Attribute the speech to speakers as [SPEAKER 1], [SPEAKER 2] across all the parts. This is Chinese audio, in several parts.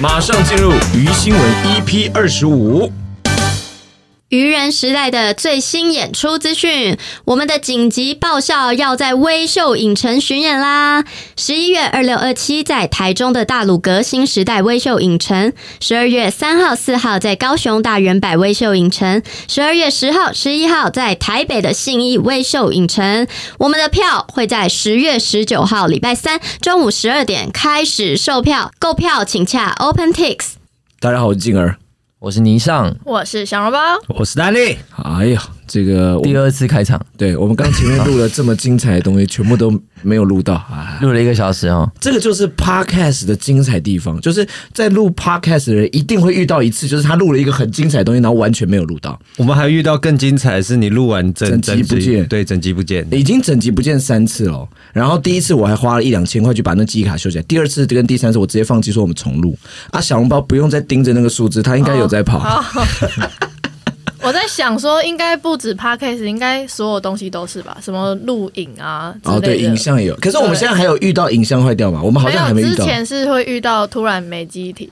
[SPEAKER 1] 马上进入鱼新闻 EP 二十五。
[SPEAKER 2] 愚人时代的最新演出资讯，我们的紧急爆笑要在微秀影城巡演啦！十一月二六、二七在台中的大鲁阁新时代微秀影城，十二月三号、四号在高雄大圆柏微秀影城，十二月十号、十一号在台北的信义微秀影城。我们的票会在十月十九号礼拜三中午十二点开始售票，购票请洽 OpenTix。
[SPEAKER 1] 大家好，我是静儿。
[SPEAKER 3] 我是倪尚，
[SPEAKER 4] 我是小笼包，
[SPEAKER 5] 我是丹力，
[SPEAKER 1] 哎呀，这个我
[SPEAKER 5] 啊
[SPEAKER 3] 第二次开场，
[SPEAKER 1] 对我们刚前面录了这么精彩的东西，全部都没有录到啊。
[SPEAKER 3] 录了一个小时哦。
[SPEAKER 1] 这个就是 podcast 的精彩地方，就是在录 podcast 的人一定会遇到一次，就是他录了一个很精彩的东西，然后完全没有录到，
[SPEAKER 5] 我们还遇到更精彩的是，你录完整
[SPEAKER 1] 整集不见哎
[SPEAKER 5] 对，整集不见。
[SPEAKER 1] 已经整集不见三次了。然后第一次我还花了一两千块去把那记忆卡修起来，第二次跟第三次我直接放弃，说我们重录。啊，小笼包不用再盯着那个数字，他应该有在跑。
[SPEAKER 4] 哦 我在想说，应该不止 podcast，应该所有东西都是吧？什么录影啊之类
[SPEAKER 1] 哦，
[SPEAKER 4] 的。
[SPEAKER 1] 对，影像也有，可是我们
[SPEAKER 4] 对
[SPEAKER 1] 现在还有遇到影像坏掉嘛？我们好像还
[SPEAKER 4] 没有，
[SPEAKER 1] 没遇
[SPEAKER 4] 之
[SPEAKER 1] 到
[SPEAKER 4] 前是会遇到突然没记忆体，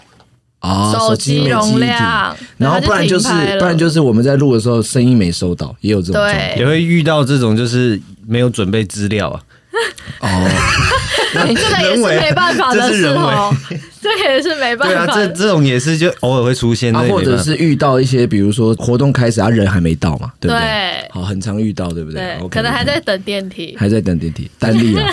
[SPEAKER 1] 啊
[SPEAKER 4] 手
[SPEAKER 1] 机
[SPEAKER 4] 机
[SPEAKER 1] 没
[SPEAKER 4] 容
[SPEAKER 1] 忆体
[SPEAKER 4] 量
[SPEAKER 1] 然后
[SPEAKER 4] 然后
[SPEAKER 1] 不然
[SPEAKER 4] 就
[SPEAKER 1] 就是
[SPEAKER 4] 停拍了
[SPEAKER 1] 不然就是我们在录的时候声音没收到，也有这种状况。
[SPEAKER 4] 对
[SPEAKER 5] 也，会遇到这种就是没有准备资料啊，
[SPEAKER 4] 这个也是没办法的
[SPEAKER 5] 这是
[SPEAKER 4] 事
[SPEAKER 5] 人为
[SPEAKER 4] 哦， 这个也是没办
[SPEAKER 5] 对啊，
[SPEAKER 4] 法
[SPEAKER 5] 这
[SPEAKER 4] 的。
[SPEAKER 5] 这种也是就偶尔会出现，
[SPEAKER 1] 啊
[SPEAKER 5] 那，也
[SPEAKER 1] 或
[SPEAKER 5] 没
[SPEAKER 1] 者
[SPEAKER 5] 办法
[SPEAKER 1] 是遇到一些，比如说活动开始，啊人还没到嘛，对不对
[SPEAKER 4] 对？
[SPEAKER 1] 好，很常遇到，对不
[SPEAKER 4] 对，
[SPEAKER 1] OK，
[SPEAKER 4] 可能还
[SPEAKER 1] OK
[SPEAKER 4] 在等电梯。
[SPEAKER 1] 还在等电梯，单立啊。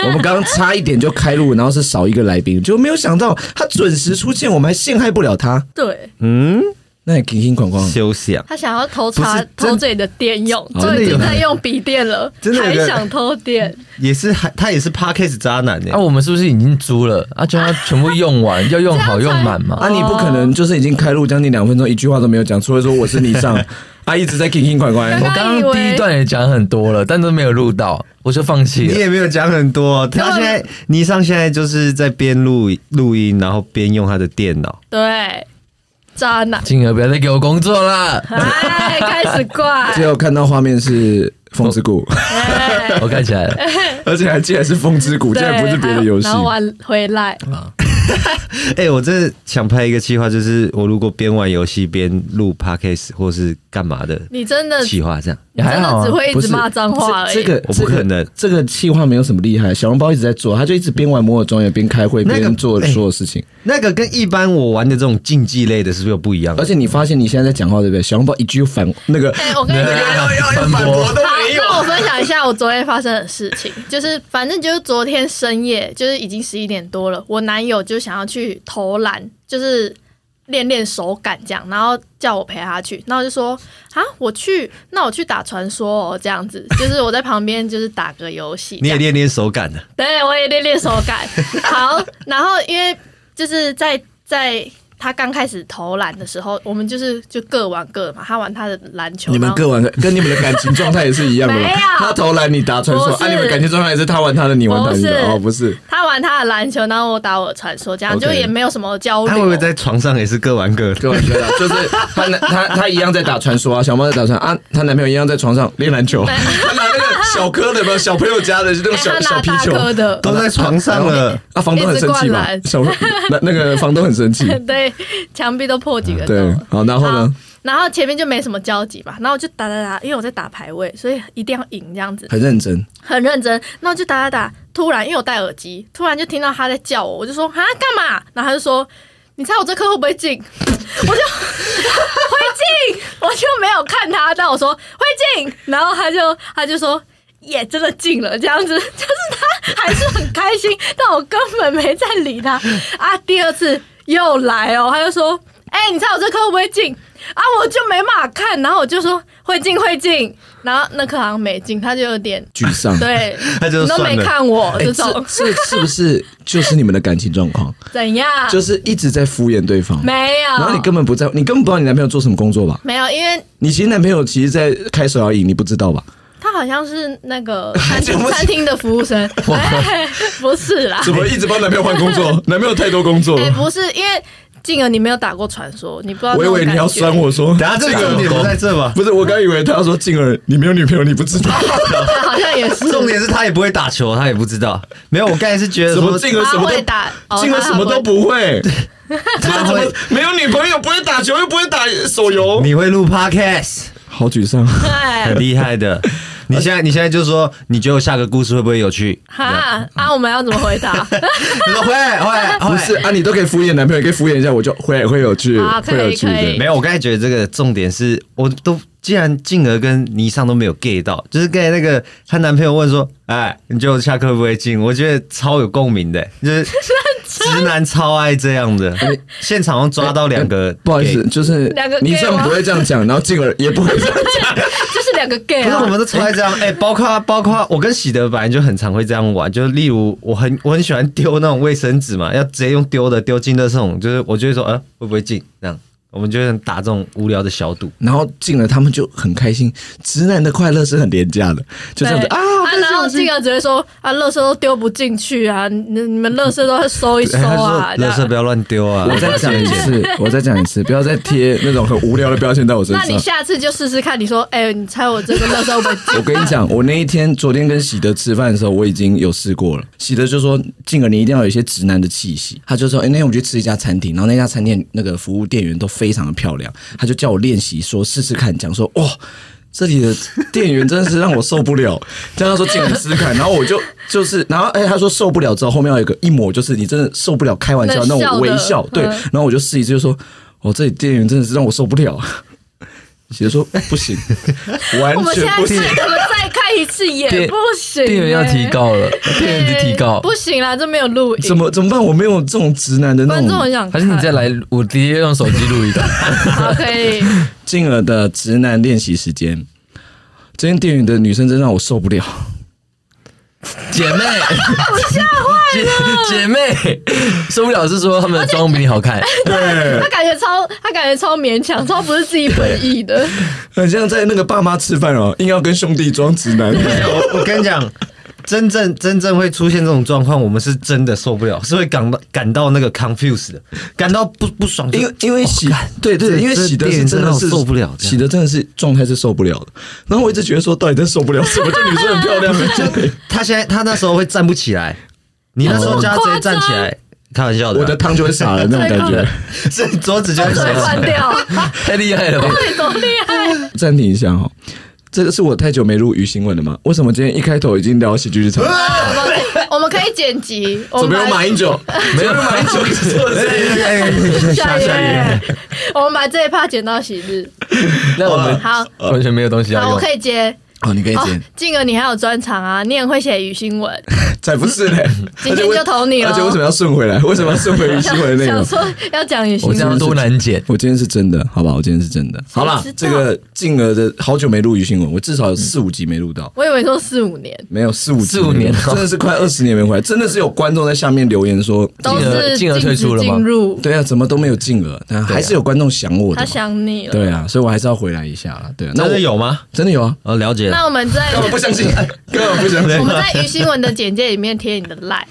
[SPEAKER 1] 我们刚刚差一点就开录，然后是少一个来宾，就没有想到他准时出现，我们还陷害不了他。
[SPEAKER 4] 对
[SPEAKER 5] 嗯，
[SPEAKER 1] 那你勤勤狂狂，
[SPEAKER 5] 休想，
[SPEAKER 4] 他想要偷查
[SPEAKER 5] 不是
[SPEAKER 4] 偷自己的电用，
[SPEAKER 1] 哦真
[SPEAKER 4] 都
[SPEAKER 1] 的
[SPEAKER 4] 已
[SPEAKER 1] 有
[SPEAKER 4] 经在用笔电 了，
[SPEAKER 5] 真的有
[SPEAKER 4] 还
[SPEAKER 5] 个
[SPEAKER 4] 想偷电，
[SPEAKER 5] 也是还他也是 podcast 渣男欸呢、
[SPEAKER 3] 啊，我们是不是已经租了？啊，就要全部用完，要用好用满嘛。
[SPEAKER 1] 啊，你不可能就是已经开录将近两分钟，一句话都没有讲，除了说我是你上，啊，一直在勤勤狂狂。
[SPEAKER 4] 刚
[SPEAKER 3] 我
[SPEAKER 4] 刚
[SPEAKER 3] 刚
[SPEAKER 4] 以
[SPEAKER 3] 刚
[SPEAKER 4] 为
[SPEAKER 3] 第一段也讲很多了，但都没有录到，我就放弃
[SPEAKER 5] 你
[SPEAKER 3] 了。
[SPEAKER 5] 也没有讲很多，他
[SPEAKER 4] 然后
[SPEAKER 5] 现在倪尚现在就是在边录录音，然后边用他的电脑。
[SPEAKER 4] 对，渣男，！
[SPEAKER 3] 金额不要再给我工作啦
[SPEAKER 4] 哎，开始怪，
[SPEAKER 1] 最后看到画面是风之谷，
[SPEAKER 4] 哎
[SPEAKER 3] 我看起来了，
[SPEAKER 1] 而且还竟然是风之谷，竟然不是别的游戏
[SPEAKER 4] 然。后玩回来，
[SPEAKER 5] 哎、我真的想拍一个计划，就是我如果边玩游戏边录 podcast 或是干嘛的
[SPEAKER 4] 你真的
[SPEAKER 5] 计划，这样
[SPEAKER 4] 你真
[SPEAKER 3] 还好
[SPEAKER 4] 的
[SPEAKER 3] 啊
[SPEAKER 4] 只会一
[SPEAKER 1] 不
[SPEAKER 4] 直
[SPEAKER 1] 是
[SPEAKER 4] 骂脏话而已。
[SPEAKER 1] 这这个
[SPEAKER 5] 我不可能
[SPEAKER 1] 这个计划没有什么厉害。小笼包一直在做，他就一直边玩摩尔庄园边开会
[SPEAKER 5] 那个
[SPEAKER 1] 边做
[SPEAKER 5] 哎
[SPEAKER 1] 所有事情。
[SPEAKER 5] 那个跟一般我玩的这种竞技类的，是不是有不一样？
[SPEAKER 1] 而且你发现你现在在讲话对不对？小笼包一句反那个，
[SPEAKER 4] 哎，我跟你 讲，
[SPEAKER 3] 反驳
[SPEAKER 4] 好，那我分享一下我昨天发生的事情，就是反正就是昨天深夜，就是已经十一点多了，我男友就想要去投篮，就是练练手感这样，然后叫我陪他去，然后我就说啊，我去，那我去打传说哦，这样子，就是我在旁边就是打个游 戏，
[SPEAKER 5] 你
[SPEAKER 4] 这
[SPEAKER 5] 也
[SPEAKER 4] 样
[SPEAKER 5] 练练手感呢、
[SPEAKER 4] 对，我也练练手感。好，然后因为就是在在他刚开始投篮的时候，我们就是就各玩各的嘛，他玩他的篮球，
[SPEAKER 1] 你们
[SPEAKER 4] 然后
[SPEAKER 1] 各玩各，跟你们的感情状态也是一样的
[SPEAKER 4] 没
[SPEAKER 1] 吧
[SPEAKER 4] 有？
[SPEAKER 1] 他投篮你打传说，
[SPEAKER 4] 不是
[SPEAKER 1] 啊，你们感情状态也是他玩他的，你玩他
[SPEAKER 4] 不是
[SPEAKER 1] 的，哦，不是，
[SPEAKER 4] 他玩他的篮球，然后我打我的传说，这样
[SPEAKER 1] OK
[SPEAKER 4] 就也没有什么交
[SPEAKER 5] 他
[SPEAKER 4] 流。
[SPEAKER 5] 会不会在床上也是各玩各的？
[SPEAKER 1] 各玩各的，啊就是他男他他一样在打传说啊，小猫在打传啊，她男朋友一样在床上练篮球，他拿那个小颗的吧，小朋友家的那种
[SPEAKER 4] 哎
[SPEAKER 1] 小
[SPEAKER 4] 他
[SPEAKER 1] 小
[SPEAKER 4] 拿
[SPEAKER 1] 皮
[SPEAKER 4] 大
[SPEAKER 1] 球，
[SPEAKER 4] 颗的，
[SPEAKER 5] 都在床上了，
[SPEAKER 1] 啊，房东很生气吧
[SPEAKER 4] 一？直
[SPEAKER 1] 小那那个房东很 生气，
[SPEAKER 4] 对，墙壁都破几个洞
[SPEAKER 1] 对
[SPEAKER 4] 了。，
[SPEAKER 1] 好，然后
[SPEAKER 4] 好
[SPEAKER 1] 呢？，
[SPEAKER 4] 然后前面就没什么交集嘛，然后我就打打打，因为我在打排位，所以一定要赢这样子。
[SPEAKER 1] 很认真，
[SPEAKER 4] 很认真，然后就打打打，突然因为我戴耳机，突然就听到他在叫我，我就说啊干嘛？然后他就说你猜我这颗会不会进？ 我就会进，我就没有看他，但我说会进，然后他就他就说。也真的进了，这样子， 就是他还是很开心，但我根本没在理他啊。第二次又来哦，他就说：“哎、你猜我这颗会不会进？”啊，我就没办法看，然后我就说会进会进，然后那颗好像没进，他就有点
[SPEAKER 1] 沮 丧。
[SPEAKER 4] 对，
[SPEAKER 5] 他就
[SPEAKER 4] 你都
[SPEAKER 5] 算
[SPEAKER 4] 没
[SPEAKER 5] 了
[SPEAKER 4] 看我
[SPEAKER 1] 哎，
[SPEAKER 4] 这
[SPEAKER 1] 这
[SPEAKER 4] 种
[SPEAKER 1] 这是不是就是你们的感情状 况？
[SPEAKER 4] 怎样？
[SPEAKER 1] 就是一直在敷衍对方，
[SPEAKER 4] 啊没有，
[SPEAKER 1] 然后你根本不在乎，你根本不知道你男朋友做什么工作吧？
[SPEAKER 4] 没有，因为
[SPEAKER 1] 你其实男朋友其实在开手摇饮，你不知道 吧？
[SPEAKER 4] 他好像是那 个餐
[SPEAKER 1] 这不
[SPEAKER 4] 厅
[SPEAKER 1] 是
[SPEAKER 4] 餐厅的服务 生，哎不是啦，
[SPEAKER 1] 么一直帮男朋友换工作？男朋友太多工作
[SPEAKER 4] 哎哎、不是因为。进而你没有打过传说，你不知道。
[SPEAKER 1] 我以为你要酸，我说，
[SPEAKER 5] 等下这个重点不在这吧？
[SPEAKER 1] 不是，我刚以为他说静儿，你没有女朋友，你不知道
[SPEAKER 4] 好像也是。
[SPEAKER 5] 重点是他也不会打球，他也不知道。没有，我刚才是觉得
[SPEAKER 1] 什
[SPEAKER 5] 说
[SPEAKER 1] 么静儿什
[SPEAKER 4] 他
[SPEAKER 1] 么
[SPEAKER 4] 会
[SPEAKER 1] 都
[SPEAKER 4] 打，哦
[SPEAKER 1] 静儿什么都。不会，
[SPEAKER 5] 他
[SPEAKER 1] 怎么
[SPEAKER 5] 会，
[SPEAKER 1] 没有女朋友，不会打球，又不会打手游，
[SPEAKER 5] 你会录 podcast，
[SPEAKER 1] 好沮丧。
[SPEAKER 4] 他会
[SPEAKER 5] 很
[SPEAKER 4] 对，
[SPEAKER 5] 厉害的。你现在你现在就说，你觉得我下个故事会不会有趣？
[SPEAKER 4] 哈啊，我们要怎么回答？
[SPEAKER 5] 你说会会
[SPEAKER 1] 不
[SPEAKER 5] 会
[SPEAKER 1] 是啊，
[SPEAKER 4] 哎
[SPEAKER 1] 你都可以敷衍男朋友，也可以敷衍一下，我就会会有趣，
[SPEAKER 4] 啊可以
[SPEAKER 1] 会有趣
[SPEAKER 4] 可以
[SPEAKER 1] 的。
[SPEAKER 5] 没有，我刚才觉得这个重点是，我都既然静儿跟倪尚都没有 get 到，就是刚才那个她男朋友问说：“哎，你觉得我下课会不会进？”我觉得超有共鸣的，就是直男超爱这样的，现场好像抓到两个、
[SPEAKER 1] 不好意思，，就是
[SPEAKER 4] 两个 gay
[SPEAKER 1] 你这样
[SPEAKER 4] 吗
[SPEAKER 1] 不会这样讲，然后静儿也不会这样讲。
[SPEAKER 4] 就是两个 gay
[SPEAKER 5] 不是
[SPEAKER 4] 啊
[SPEAKER 5] 我，们都超爱这样。哎、包括包括我跟喜德本来就很常会这样玩，就例如我很我很喜欢丢那种卫生纸嘛，要直接用丢的丢进垃圾桶，就是我就会说：“呃，会不会进？”这样，我们就会打这种无聊的小赌。
[SPEAKER 1] 然后进了，他们就很开心。直男的快乐是很廉价的，就这样子
[SPEAKER 4] 对
[SPEAKER 1] 啊，
[SPEAKER 4] 然后静儿只会说啊，垃圾都丢不进去啊，你你们垃圾都要收一收
[SPEAKER 5] 哎他说
[SPEAKER 4] 啊，：“这
[SPEAKER 5] 垃
[SPEAKER 4] 样
[SPEAKER 5] 圾不要乱丢啊！”
[SPEAKER 1] 我再讲一次，我再讲一次，不要再贴那种很无聊的标签在我身
[SPEAKER 4] 那你
[SPEAKER 1] 上。
[SPEAKER 4] 下次就试试看，你说，哎、你猜我这个垃圾会不 会
[SPEAKER 1] 我跟你讲，我那一天昨天跟喜德吃饭的时候，我已经有试过了。喜德就说：“静儿，你一定要有一些直男的气息。”他就说：“哎、那天我们去吃一家餐厅，然后那家餐厅那个服务店员都非常的漂亮，他就叫我练习说试试看，讲说哇。”这里的店员真的是让我受不了， 这样他说静儿你试试看，然后我就就是，然后哎、他说受不了之后，后面有一个一抹就是你真的受不了开玩笑
[SPEAKER 4] 能
[SPEAKER 1] 那
[SPEAKER 4] 笑的
[SPEAKER 1] 种微笑，对，
[SPEAKER 4] 嗯
[SPEAKER 1] 然后我就试一次就说，哦，这里店员真的是让我受不了，喜德说不行， 完
[SPEAKER 4] 我们现
[SPEAKER 1] 全
[SPEAKER 4] 在
[SPEAKER 1] 不
[SPEAKER 4] 是
[SPEAKER 1] 行，
[SPEAKER 4] 我们再看一次也
[SPEAKER 3] 店
[SPEAKER 4] 不行、欸，
[SPEAKER 3] 店员要提高了，店员提高，
[SPEAKER 4] 不行啦，这没有录
[SPEAKER 1] 怎
[SPEAKER 4] 影。
[SPEAKER 1] 么怎么办？我没有这种直男的那
[SPEAKER 4] 观众很
[SPEAKER 1] 种
[SPEAKER 4] 想
[SPEAKER 3] 还
[SPEAKER 4] 看，
[SPEAKER 3] 是你再来，我直接用手机录一个。
[SPEAKER 4] 好可以。
[SPEAKER 1] 进而的直男练习时间。这间店里的女生真让我受不了。
[SPEAKER 3] 姐妹，我吓坏了。姐妹，受不了是说他们的妆比你好看，
[SPEAKER 1] 对，
[SPEAKER 4] 他感觉超，他感觉超勉强，超不是自己本意的。
[SPEAKER 1] 很像在那个爸妈吃饭哦，硬要跟兄弟装直男。
[SPEAKER 5] 我我跟你讲，真正真正会出现这种状况，我们是真的受不了，是会感到感到那个 confuse 的，感到不不爽。
[SPEAKER 1] 因为因为喜对对，
[SPEAKER 5] 哦这
[SPEAKER 1] 因为喜德
[SPEAKER 5] 这
[SPEAKER 1] 是
[SPEAKER 5] 店
[SPEAKER 1] 真的
[SPEAKER 5] 让我
[SPEAKER 1] 是
[SPEAKER 5] 受不了这样
[SPEAKER 1] 喜德真的是状态是受不了的。然后我一直觉得说，到底在受不了什么？这女生很漂亮，啊
[SPEAKER 5] 他现在他那时候会站不起来，你那时候叫他直接站起来，开玩笑的啊，
[SPEAKER 1] 我的汤就会洒了那种感
[SPEAKER 4] 啊
[SPEAKER 1] 觉。
[SPEAKER 5] 这桌子就会
[SPEAKER 4] 把嘴关掉，
[SPEAKER 3] 太厉害了吧？
[SPEAKER 4] 对，多厉害！
[SPEAKER 1] 暂停一下哈、这个是我太久没录鱼新闻了吗？为什么今天一开头已经聊喜剧剧场？
[SPEAKER 4] 我们可以剪辑， 我
[SPEAKER 1] 怎
[SPEAKER 4] 们
[SPEAKER 1] 么有
[SPEAKER 4] 把
[SPEAKER 1] 马 英九？
[SPEAKER 3] 没有马英九，
[SPEAKER 4] 下一页，我们把这一趴剪到喜日。
[SPEAKER 3] 那我们
[SPEAKER 4] 好，
[SPEAKER 3] 完全没有东西要
[SPEAKER 4] 好，我
[SPEAKER 3] 用。
[SPEAKER 4] 可以接。
[SPEAKER 1] 哦，你可以
[SPEAKER 4] 好
[SPEAKER 1] 剪，，
[SPEAKER 4] 静儿，你还有专场啊？你很会写语新闻，
[SPEAKER 1] 才不是嘞！
[SPEAKER 4] 今
[SPEAKER 1] 而且
[SPEAKER 4] 天
[SPEAKER 1] 为
[SPEAKER 4] 就投你了。
[SPEAKER 1] 而且为什么要顺回来？为 什么要顺回于新闻的内
[SPEAKER 4] 想
[SPEAKER 1] 容？
[SPEAKER 4] 说要讲语新
[SPEAKER 3] 我这
[SPEAKER 4] 闻，
[SPEAKER 3] 样多难剪。
[SPEAKER 1] 哎我今天是真的，好吧？我今天是真的，好啦
[SPEAKER 4] 谁。知
[SPEAKER 1] 这
[SPEAKER 4] 道
[SPEAKER 1] 个静儿的好久没录于新闻，我至
[SPEAKER 4] 嗯
[SPEAKER 1] 少有四五集没录到，
[SPEAKER 4] 我以为说四五年，
[SPEAKER 1] 没有四五集
[SPEAKER 3] 四五年
[SPEAKER 1] 没录真的是快二十年没回来，真的是有观众在下面留言说，
[SPEAKER 4] 都
[SPEAKER 3] 进而
[SPEAKER 4] 是
[SPEAKER 3] 进而退出了吗
[SPEAKER 4] 禁止进入，
[SPEAKER 1] 对啊，怎么都没有静儿，但还是有观众想我的
[SPEAKER 4] 啊他
[SPEAKER 1] 嘛，
[SPEAKER 4] 想你了。
[SPEAKER 1] 对啊，所以我还是要回来一下啦。对啊，那
[SPEAKER 5] 真
[SPEAKER 1] 我
[SPEAKER 5] 的有吗？
[SPEAKER 1] 真的有啊，
[SPEAKER 5] 哦，了解
[SPEAKER 4] 那
[SPEAKER 5] 了。
[SPEAKER 4] 我们 在
[SPEAKER 1] 根本不相信，根本不相
[SPEAKER 4] 我
[SPEAKER 1] 信，
[SPEAKER 4] 们在于新闻的简介里面贴你的 line，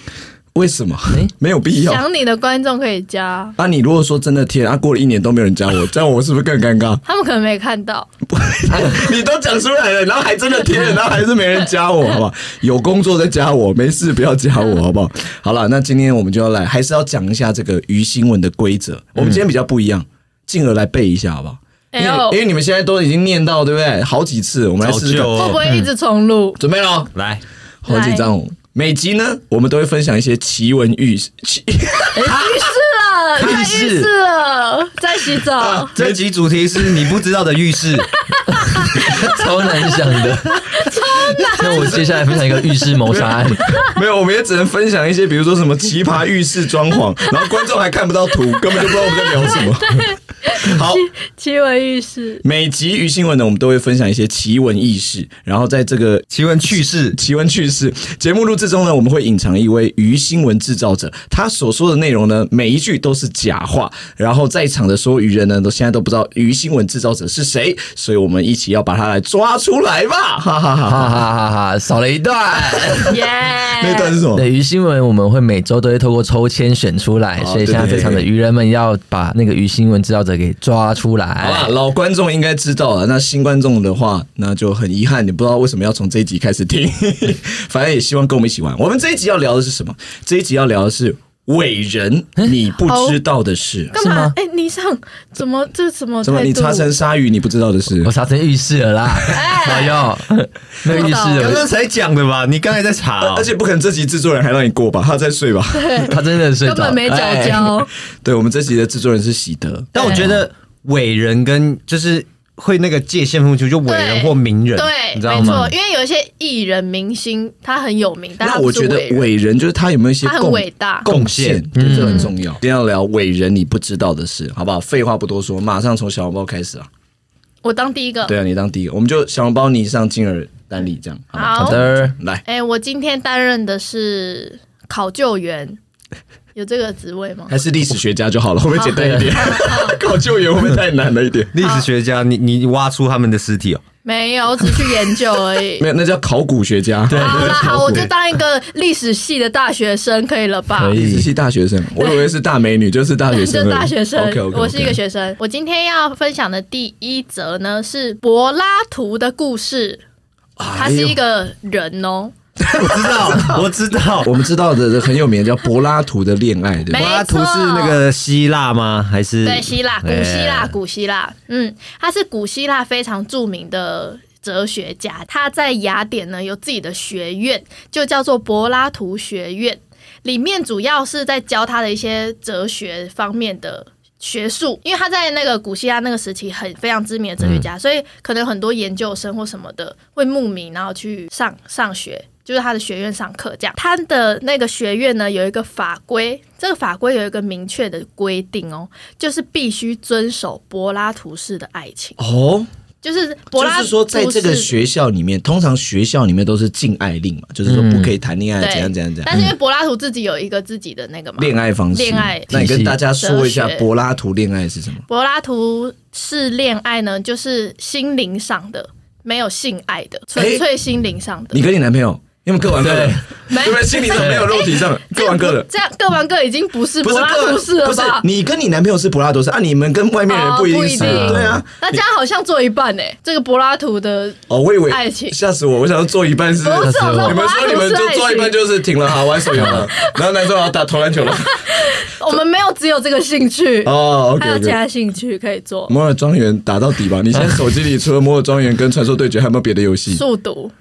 [SPEAKER 1] 为什么？没有 必要。
[SPEAKER 4] 哎想你的观众可以加，
[SPEAKER 1] 啊，你如果说真的贴，啊，过了一年都没有人加我，这样我是不是更尴尬？
[SPEAKER 4] 他们可能没看到。
[SPEAKER 1] 你都讲出来了，然后还真的贴了，然后还是没人加我，好不好？有工作再加我，没事不要加我，好不好？好了，那今天我们就要来，还是要讲一下这个鱼新闻的规则。我们今天比较不一样，进而来背一下，好不好？因
[SPEAKER 4] 哎
[SPEAKER 1] 为
[SPEAKER 4] 呦
[SPEAKER 1] 因，为你们现在都已经念到，对不对？好几次，我们来
[SPEAKER 5] 早
[SPEAKER 1] 试试看
[SPEAKER 5] 就。
[SPEAKER 4] 会不
[SPEAKER 5] 哦
[SPEAKER 1] 嗯
[SPEAKER 4] 会一直重录？
[SPEAKER 1] 准备喽，
[SPEAKER 5] 来，
[SPEAKER 1] 好紧张哦。每集呢，我们都会分享一些奇闻异事。奇
[SPEAKER 4] 浴室了，在呃浴
[SPEAKER 5] 浴
[SPEAKER 4] 室了，在洗
[SPEAKER 1] 啊
[SPEAKER 4] 澡，
[SPEAKER 5] 这集主题是你不知道的浴室，
[SPEAKER 3] 超难想的，超难。那我接下来分享一个浴室谋杀案，
[SPEAKER 1] 没有，我们也只能分享一些，比如说什么奇葩浴室装潢，然后观众还看不到图，根本就不知道我们在聊什么。好，
[SPEAKER 4] 奇闻异 事，
[SPEAKER 1] 每集于新闻呢，我们都会分享一些奇闻异事，然后在这个
[SPEAKER 5] 奇闻趣事，
[SPEAKER 1] 奇闻趣事节目录制中呢，我们会隐藏一位于新闻制造者，他所说的内容呢，每一句都是假话。然后在场的所有愚人呢，都现在都不知道于新闻制造者是谁，所以我们一起要把他来抓出来吧！哈哈哈
[SPEAKER 3] 哈
[SPEAKER 1] 哈。
[SPEAKER 3] 哈哈哈，少了一段。
[SPEAKER 4] 耶！哎
[SPEAKER 1] 那段是什么？
[SPEAKER 3] 对于新闻，我们会每周都会透过抽签选出来，
[SPEAKER 1] 哦
[SPEAKER 3] 所以现在
[SPEAKER 1] 对对
[SPEAKER 3] 在场的愚人们要把那个于新闻制造者给抓出
[SPEAKER 4] 哎
[SPEAKER 1] 好啦，
[SPEAKER 3] 来。
[SPEAKER 1] 老观众应该知道了。那新观众的话，那就很遗憾，你不知道为什么要从这一集开始听。 反正也希望跟我们一起玩。我们这一集要聊的是什么？这一集要聊的是伟人
[SPEAKER 4] 嗯
[SPEAKER 1] 你不知道的事。
[SPEAKER 4] 干
[SPEAKER 3] 是
[SPEAKER 4] 嘛
[SPEAKER 3] 吗？
[SPEAKER 4] 哎，你上怎么这什么
[SPEAKER 1] 怎么？
[SPEAKER 4] 态
[SPEAKER 1] 你
[SPEAKER 4] 度
[SPEAKER 1] 擦成鲨鱼，你不知道的事
[SPEAKER 3] 我？查成浴室了 啦！哎呦，那个浴室
[SPEAKER 5] 刚
[SPEAKER 3] 有
[SPEAKER 5] 刚才讲的吧？你刚才在查哦，
[SPEAKER 1] 而且不可能，这集制作人还让你过吧？他 在睡吧？
[SPEAKER 3] 他真的睡
[SPEAKER 4] 根
[SPEAKER 3] 着
[SPEAKER 4] 本，没
[SPEAKER 1] 哎
[SPEAKER 4] 脚交，
[SPEAKER 1] 对，我们这集的制作人是喜德。
[SPEAKER 5] 但我觉得伟人跟就是会那个界限分不清，就伟人
[SPEAKER 4] 对
[SPEAKER 5] 或名人，
[SPEAKER 4] 对，
[SPEAKER 5] 你知道
[SPEAKER 4] 没
[SPEAKER 5] 吗
[SPEAKER 4] 错，？因为有一些艺人明星他很有名，但
[SPEAKER 1] 那
[SPEAKER 4] 他
[SPEAKER 1] 我
[SPEAKER 4] 不是
[SPEAKER 1] 觉得
[SPEAKER 4] 伟人
[SPEAKER 1] 伟人就是他有没有一些
[SPEAKER 4] 他很
[SPEAKER 1] 贡
[SPEAKER 4] 伟大嗯
[SPEAKER 1] 贡献
[SPEAKER 5] 贡，
[SPEAKER 1] 对这个很重要。今天要聊伟人你不知道的事，好不好？废话不多说，马上从小笼包开始啊！
[SPEAKER 4] 我当第一个。
[SPEAKER 1] 对啊，你当第一个，我们就小笼包你上金耳单里这样。好吗，
[SPEAKER 3] 好
[SPEAKER 4] 好，
[SPEAKER 3] 的，
[SPEAKER 1] 来，
[SPEAKER 4] 哎，我今天担任的是考救员，有这个职位吗？
[SPEAKER 1] 还是历史学家就好了，会不会简单一点？ 搞救援会不会太难了一 点？
[SPEAKER 5] 历史学家，你你挖出他们的尸体哦，
[SPEAKER 4] 没有，我只去研究而 已
[SPEAKER 1] 没。有，那叫考古学家。哎对，
[SPEAKER 4] 好啦，好，我就当一个历史系的大学生，可以了吧？
[SPEAKER 3] 可以
[SPEAKER 1] 历史系大学生，我以为是大美女，就是大学
[SPEAKER 4] 就
[SPEAKER 1] 生而已。
[SPEAKER 4] 大学生
[SPEAKER 1] OK，OK，OK
[SPEAKER 4] 我是一个学生。我今天要分享的第一则呢是柏拉图的故事，他是一个人哦，
[SPEAKER 5] 我知 道，我知道。
[SPEAKER 1] 我们知道的很有名的叫柏拉图的恋爱，对吧
[SPEAKER 4] 没？
[SPEAKER 5] 柏拉啊图
[SPEAKER 4] 错
[SPEAKER 5] 是那个希腊吗？还是
[SPEAKER 4] 对，希腊，古希腊，
[SPEAKER 5] 哎
[SPEAKER 4] 古希腊，嗯，他是古希腊非常著名的。哲学家，他在雅典呢有自己的学院，就叫做柏拉图学院，里面主要是在教他的一些哲学方面的学术，因为他在那个古希腊那个时期很非常知名的哲学
[SPEAKER 1] 嗯
[SPEAKER 4] 家，所以可能有很多研究生或什么的会慕名，然后去上上学。就是他的学院上课这样，他的那个学院呢有一个法规，这个法规有一个明确的规定哦，就是必须遵守柏拉图式的爱情，
[SPEAKER 1] 哦，
[SPEAKER 4] 就是柏
[SPEAKER 1] 就
[SPEAKER 4] 拉图
[SPEAKER 1] 是
[SPEAKER 4] 式
[SPEAKER 1] 说，在这个学校里面，通常学校里面都是禁爱令嘛，就是说不可以谈恋爱，
[SPEAKER 4] 嗯对
[SPEAKER 1] 怎样怎样怎
[SPEAKER 4] 但
[SPEAKER 1] 样。
[SPEAKER 4] 是因为柏拉图自己有一个自己的那个嘛，
[SPEAKER 1] 恋爱方式，
[SPEAKER 4] 恋爱
[SPEAKER 1] 那你跟大家说一下
[SPEAKER 4] 哲学
[SPEAKER 1] 柏拉图恋爱是什么？
[SPEAKER 4] 柏拉图式恋爱呢，就是心灵上的，没有性爱的，纯粹心灵上的。
[SPEAKER 1] 你跟你男朋友，因为各玩各的，
[SPEAKER 4] 没
[SPEAKER 1] 对不对？心里怎么没有肉 体上，各玩各的。
[SPEAKER 4] 这样各玩各已经不是
[SPEAKER 1] 不
[SPEAKER 4] 柏
[SPEAKER 1] 是
[SPEAKER 4] 拉
[SPEAKER 1] 各
[SPEAKER 4] 图式了
[SPEAKER 1] 不是
[SPEAKER 4] 吧？
[SPEAKER 1] 你跟你男朋友是柏拉图式啊，你们跟外面人
[SPEAKER 4] 哦
[SPEAKER 1] 不一定是，
[SPEAKER 4] 不一定
[SPEAKER 1] 对啊。
[SPEAKER 4] 那这样好像做一半呢、欸这个柏拉图的
[SPEAKER 1] 哦，我以为
[SPEAKER 4] 爱情
[SPEAKER 1] 吓死我！我想说做一半是，
[SPEAKER 4] 不是
[SPEAKER 3] 我
[SPEAKER 4] 说
[SPEAKER 1] 你们说你们就做一半就是停了，好玩手游 了，然后男生好打投篮球了。
[SPEAKER 4] 我们没有只有这个兴趣，
[SPEAKER 1] 哦嗯
[SPEAKER 4] 还
[SPEAKER 1] ，OK
[SPEAKER 4] 有其
[SPEAKER 1] OK。
[SPEAKER 4] 他兴趣可以做。
[SPEAKER 1] 摩尔庄园打到底吧！你现在手机里除了摩尔庄园跟传说对决，还有没有别的游戏？
[SPEAKER 4] 速读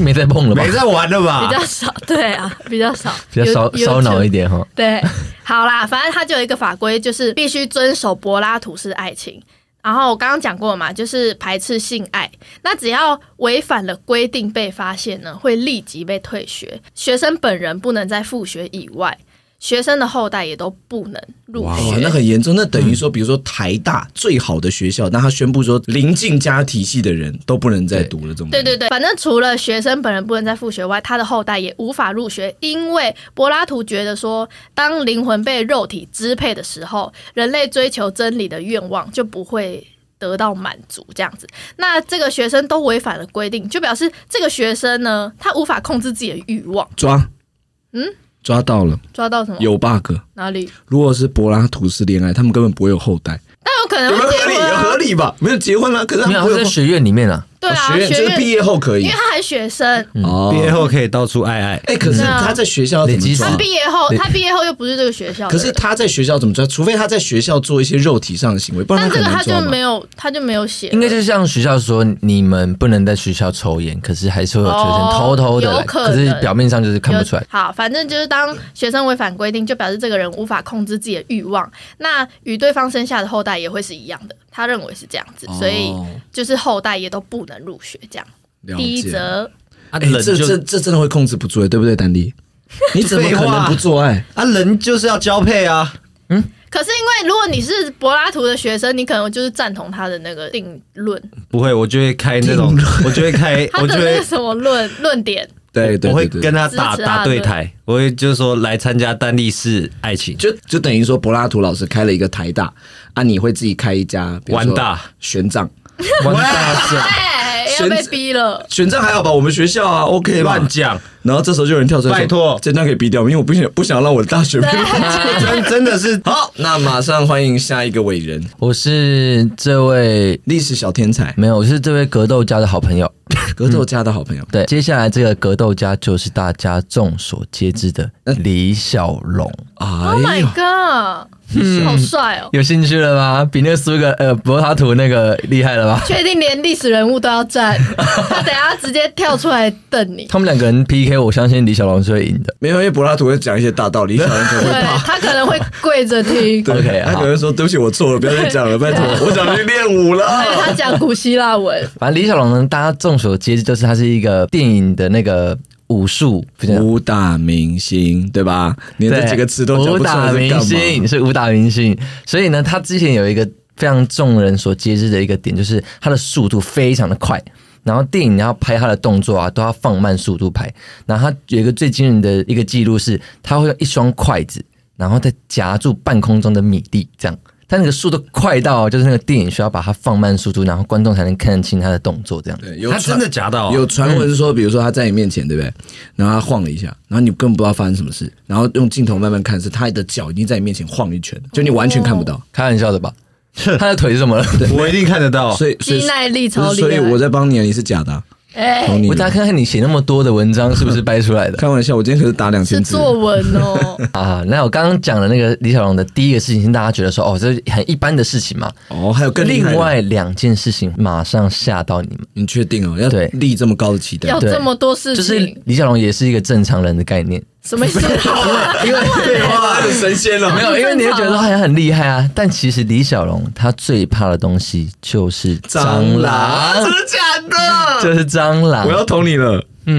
[SPEAKER 3] 没在碰了吧
[SPEAKER 5] 没？在玩了吧
[SPEAKER 4] 比？较少，对啊，比较少，
[SPEAKER 3] 比较烧
[SPEAKER 4] 有
[SPEAKER 3] 烧脑一。
[SPEAKER 4] 有
[SPEAKER 3] 点哈。
[SPEAKER 4] 对，好啦，反正它就有一个法规，就是必须遵守柏拉图式爱情。然后我刚刚讲过嘛，就是排斥性爱。那只要违反了规定被发现呢，会立即被退学，学生本人不能再复学以外，学生的后代也都不能入
[SPEAKER 1] 哇，
[SPEAKER 4] 学。
[SPEAKER 1] 那很严重。那等于说，比如说台大最好的学校，那他宣布说，临近家体系的人都不能再读了，这种
[SPEAKER 4] 对对对，反正除了学生本人不能再复学外，他的后代也无法入学，因为柏拉图觉得说，当灵魂被肉体支配的时候，人类追求真理的愿望就不会。得到满足这样子，那这个学生都违反了规定，就表示这个学生呢，他无法控制自己的欲望。
[SPEAKER 1] 抓，嗯，抓到了，
[SPEAKER 4] 抓到什么？
[SPEAKER 1] 有 bug。
[SPEAKER 4] 哪里？
[SPEAKER 1] 如果是柏拉图式恋爱，他们根本不会有后代，
[SPEAKER 4] 但有可能
[SPEAKER 1] 有没
[SPEAKER 4] 会结
[SPEAKER 1] 有合理？
[SPEAKER 4] 婚
[SPEAKER 1] 有合
[SPEAKER 4] 啊，
[SPEAKER 1] 理吧？没有结婚啊了，可是他
[SPEAKER 3] 没
[SPEAKER 1] 们
[SPEAKER 3] 有，
[SPEAKER 1] 不
[SPEAKER 3] 他
[SPEAKER 1] 会
[SPEAKER 3] 在
[SPEAKER 1] 有
[SPEAKER 3] 学院里面啊，
[SPEAKER 4] 对啊，
[SPEAKER 1] 学院就是毕业后可以
[SPEAKER 4] 因为他还学生，
[SPEAKER 1] 哦
[SPEAKER 5] 毕业后可以到处爱爱，
[SPEAKER 1] 哎，可是
[SPEAKER 4] 对啊
[SPEAKER 1] 他在学校要怎
[SPEAKER 3] 累积
[SPEAKER 1] 么抓
[SPEAKER 4] 他
[SPEAKER 3] 上？
[SPEAKER 4] 毕业后，他毕业后又不是这个学校的
[SPEAKER 1] 可
[SPEAKER 4] 人。
[SPEAKER 1] 是他在学校怎么抓？除非他在学校做一些肉体上的行为，不然
[SPEAKER 4] 但
[SPEAKER 1] 他
[SPEAKER 4] 这
[SPEAKER 1] 很
[SPEAKER 4] 个他
[SPEAKER 1] 难
[SPEAKER 4] 就
[SPEAKER 1] 抓吧
[SPEAKER 4] 没。有，他就没有写了。
[SPEAKER 3] 应该就是像学校说，你们不能在学校抽烟，可是还是会有学生
[SPEAKER 4] 哦
[SPEAKER 3] 偷偷的来，
[SPEAKER 4] 有可能
[SPEAKER 3] 是表面上就是看不出来
[SPEAKER 4] 有。好，反正就是当学生违反规定，就表示这个人无法控制自己的欲望，那与对方生下的后代也会是一样的。他认为是这样子，所以就是后代也都不能入学。这样，
[SPEAKER 1] 了解
[SPEAKER 4] 第一则
[SPEAKER 5] 啊
[SPEAKER 1] 哎，
[SPEAKER 5] 人
[SPEAKER 1] 这这
[SPEAKER 5] 就
[SPEAKER 1] 这真的会控制不住 的，对不对，丹迪？你怎么可能不做爱？
[SPEAKER 5] 啊人就是要交配啊，
[SPEAKER 4] 可可是因为如果你是柏拉图的学生，你可能就是赞同他的那个定论，
[SPEAKER 5] 不会，我就会开那种，我就会 开，
[SPEAKER 4] 他
[SPEAKER 5] 我
[SPEAKER 4] 的
[SPEAKER 5] 就
[SPEAKER 4] 那
[SPEAKER 5] 会
[SPEAKER 4] 个什么论论点，
[SPEAKER 1] 对对
[SPEAKER 5] 我会
[SPEAKER 1] 对对
[SPEAKER 5] 跟他打
[SPEAKER 4] 支持他
[SPEAKER 5] 打
[SPEAKER 4] 的
[SPEAKER 5] 对台，我会就是说来参加丹立式爱情，
[SPEAKER 1] 就就等于说柏拉图老师开了一个台大，啊，你会自己开一家，比如说
[SPEAKER 5] 完大
[SPEAKER 1] 玄奘，
[SPEAKER 5] 完大事，
[SPEAKER 4] 哎，要
[SPEAKER 1] 神
[SPEAKER 4] 被逼了。
[SPEAKER 1] 玄奘还好吧？我们学校啊，OK 吧
[SPEAKER 5] 乱？讲，
[SPEAKER 1] 然后这时候就有人跳出来说，
[SPEAKER 5] 拜托
[SPEAKER 1] 这段可以逼掉，因为我不想不想让我的大学被
[SPEAKER 5] 真真的是
[SPEAKER 1] 好，那马上欢迎下一个伟人，
[SPEAKER 3] 我是这位
[SPEAKER 1] 历史小天才，
[SPEAKER 3] 没有，我是这位格斗家的好朋友。
[SPEAKER 1] 格斗家的好朋友。
[SPEAKER 3] 对，接下来这个格斗家就是大家众所皆知的李小龙，
[SPEAKER 1] 哎
[SPEAKER 4] Oh
[SPEAKER 1] 呦
[SPEAKER 4] my god，好帅哦！
[SPEAKER 3] 有兴趣了吗？比那个苏格呃柏拉图那个厉害了吧？
[SPEAKER 4] 确定连历史人物都要站，他等下直接跳出来瞪你。
[SPEAKER 3] 他们两个人 PK，我相信李小龙是会赢的。
[SPEAKER 1] 没有，因为柏拉图会讲一些大道理，小人可能
[SPEAKER 4] 对
[SPEAKER 1] 会怕。
[SPEAKER 4] 他可能会跪着听，对
[SPEAKER 3] OK，
[SPEAKER 1] 他
[SPEAKER 3] 好
[SPEAKER 1] 可能说：“对不起，我错了，不要再讲了，拜托，我想去练武了。
[SPEAKER 4] 哎他讲古希腊文，
[SPEAKER 3] 反正李小龙呢，大家众所皆知，就是他是一个电影的那个武术，不”是
[SPEAKER 1] 武打明星，对吧？连这几个词都讲
[SPEAKER 3] 武
[SPEAKER 1] 不出
[SPEAKER 3] 打
[SPEAKER 1] 来是
[SPEAKER 3] 明
[SPEAKER 1] 干
[SPEAKER 3] 星
[SPEAKER 1] 嘛？
[SPEAKER 3] 是武打明星，所以呢，他之前有一个非常众人所皆知的一个点，就是他的速度非常的快。然后电影要拍他的动作啊，都要放慢速度拍。然后他有一个最惊人的一个记录是，他会用一双筷子，然后再夹住半空中的米粒，这样。他那个速度快到，就是那个电影需要把它放慢速度，然后观众才能看得清他的动作，这样。
[SPEAKER 1] 对，有
[SPEAKER 5] 他真
[SPEAKER 1] 传
[SPEAKER 5] 的夹到啊，
[SPEAKER 1] 有传闻说，比如说他在你面前，对不对？然后他晃了一下，然后你根本不知道发生什么事，然后用镜头慢慢看，是他的脚已经在你面前晃一圈，就你完全看不到。
[SPEAKER 3] 开玩笑的吧？ 他的腿是怎么了？
[SPEAKER 5] 我一定看得到，
[SPEAKER 1] 所以，所以
[SPEAKER 4] 肌耐力
[SPEAKER 1] 不
[SPEAKER 4] 超
[SPEAKER 1] 是
[SPEAKER 4] 厉
[SPEAKER 1] 所以我
[SPEAKER 4] 害。
[SPEAKER 1] 在帮你，啊，你是假的啊，
[SPEAKER 4] 哎、
[SPEAKER 1] 同你
[SPEAKER 3] 我
[SPEAKER 1] 的
[SPEAKER 3] 大家看 看你写那么多的文章是不是掰出来的？
[SPEAKER 1] 开玩笑，我今天可是打两
[SPEAKER 4] 是
[SPEAKER 1] 千字。
[SPEAKER 4] 作文哦，
[SPEAKER 3] 啊，那我刚刚讲的那个李小龙的第一个事情，是大家觉得说哦，这是很一般的事情嘛。
[SPEAKER 1] 哦，还有更厉害的
[SPEAKER 3] 另，外两件事情马上吓到你们，
[SPEAKER 1] 你确定哦？要
[SPEAKER 3] 对
[SPEAKER 1] 立这么高的期待
[SPEAKER 4] 要？这么多事情，
[SPEAKER 3] 就是李小龙也是一个正常人的概念，
[SPEAKER 4] 什么意思？
[SPEAKER 3] 啊因为
[SPEAKER 1] 哇，很神仙了
[SPEAKER 3] 没有，因为你会觉得
[SPEAKER 4] 正常
[SPEAKER 3] 他好像很厉害啊，但其实李小龙他最怕的东西就是蟑螂
[SPEAKER 1] 蟑螂，
[SPEAKER 3] 真的假的？就是蟑螂
[SPEAKER 1] 我。要捅你了，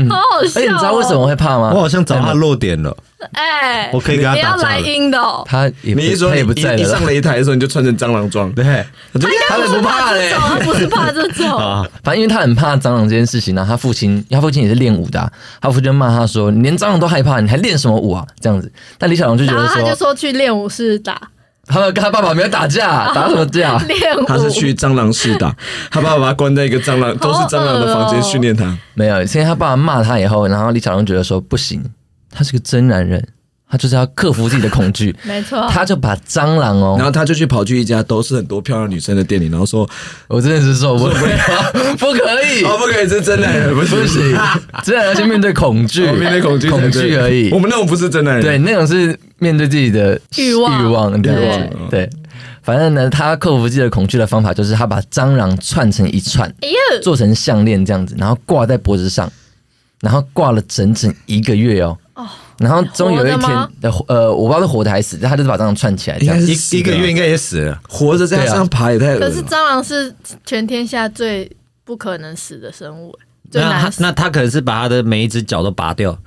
[SPEAKER 4] 好好笑、
[SPEAKER 3] 哎，
[SPEAKER 4] 哦！
[SPEAKER 3] 你知道为什么？会怕吗？
[SPEAKER 5] 我好像找他落点了，
[SPEAKER 4] 哎、
[SPEAKER 5] 我可以给他
[SPEAKER 4] 你
[SPEAKER 5] 打
[SPEAKER 4] 要
[SPEAKER 5] 架
[SPEAKER 4] 来
[SPEAKER 5] 了，
[SPEAKER 4] 阴的、哦，
[SPEAKER 3] 他也不
[SPEAKER 1] 你一说
[SPEAKER 3] 他
[SPEAKER 1] 你
[SPEAKER 3] 也不在
[SPEAKER 1] 一一
[SPEAKER 3] 了
[SPEAKER 1] 上
[SPEAKER 3] 啦，
[SPEAKER 1] 擂台的时候你就穿成蟑螂 装，
[SPEAKER 5] 对，
[SPEAKER 3] 他们不怕嘞。
[SPEAKER 4] 他啊不是怕这种，
[SPEAKER 5] 啊，
[SPEAKER 3] 反正因为他很怕蟑螂这件事情呢、啊然后他父亲，他父亲也是练武的啊、他父亲就骂他说：“你连蟑螂都害怕，你还练什么武啊？”这样子。但李小龙就觉
[SPEAKER 4] 然
[SPEAKER 3] 得
[SPEAKER 4] 后
[SPEAKER 3] 说，
[SPEAKER 4] 他就说去练武室打
[SPEAKER 3] 他们跟他爸爸没有打 架，打什么架？
[SPEAKER 4] 练武，
[SPEAKER 1] 他是去蟑螂室打，他爸爸把他关在一个蟑螂都是蟑螂的房间
[SPEAKER 4] 哦
[SPEAKER 1] 训练他。
[SPEAKER 3] 没有，是因为他爸爸骂他以后，然后李小龙觉得说不行，他是个真男人，他就是要克服自己的恐惧，
[SPEAKER 4] 没错，
[SPEAKER 3] 他就把蟑螂
[SPEAKER 1] 然
[SPEAKER 3] 哦，
[SPEAKER 1] 后他就去跑去一家都是很多漂亮女生的店里，然后说：“
[SPEAKER 3] 我真的是受不了， 不可以。
[SPEAKER 1] 哦，不可以是真男 人，不是
[SPEAKER 3] 不行，真的要去面对恐惧，
[SPEAKER 1] 我哦面对恐惧才
[SPEAKER 3] 恐
[SPEAKER 1] 对
[SPEAKER 3] 惧而已。
[SPEAKER 1] 我们那种不是真男人。
[SPEAKER 3] 对，那种是面对自己的
[SPEAKER 4] 欲望
[SPEAKER 3] 欲望，对
[SPEAKER 4] 欲
[SPEAKER 1] 望
[SPEAKER 3] 对。反正呢，他克服自己的恐惧的方法就是他把蟑螂串成一串，
[SPEAKER 4] 哎呦，
[SPEAKER 3] 做成项链这样子，然后挂在脖子上，然后挂了整整一个月哦。然后终于有一
[SPEAKER 4] 活的
[SPEAKER 3] 天
[SPEAKER 4] 吗，
[SPEAKER 3] 呃呃，我不知道是活的还是死，但他就是把蟑螂串起来这
[SPEAKER 1] 应
[SPEAKER 3] 样
[SPEAKER 1] 该。是死
[SPEAKER 5] 一一个
[SPEAKER 1] 的啊
[SPEAKER 5] 月应该也死了，
[SPEAKER 1] 活着在他身上爬也太恶
[SPEAKER 4] 可
[SPEAKER 1] 了
[SPEAKER 4] 是
[SPEAKER 1] 吧。
[SPEAKER 4] 蟑螂是全天下最不可能死的生物，哎最
[SPEAKER 5] 那
[SPEAKER 4] 难
[SPEAKER 5] 他
[SPEAKER 4] 死。
[SPEAKER 5] 那他可能是把他的每一只脚都拔掉，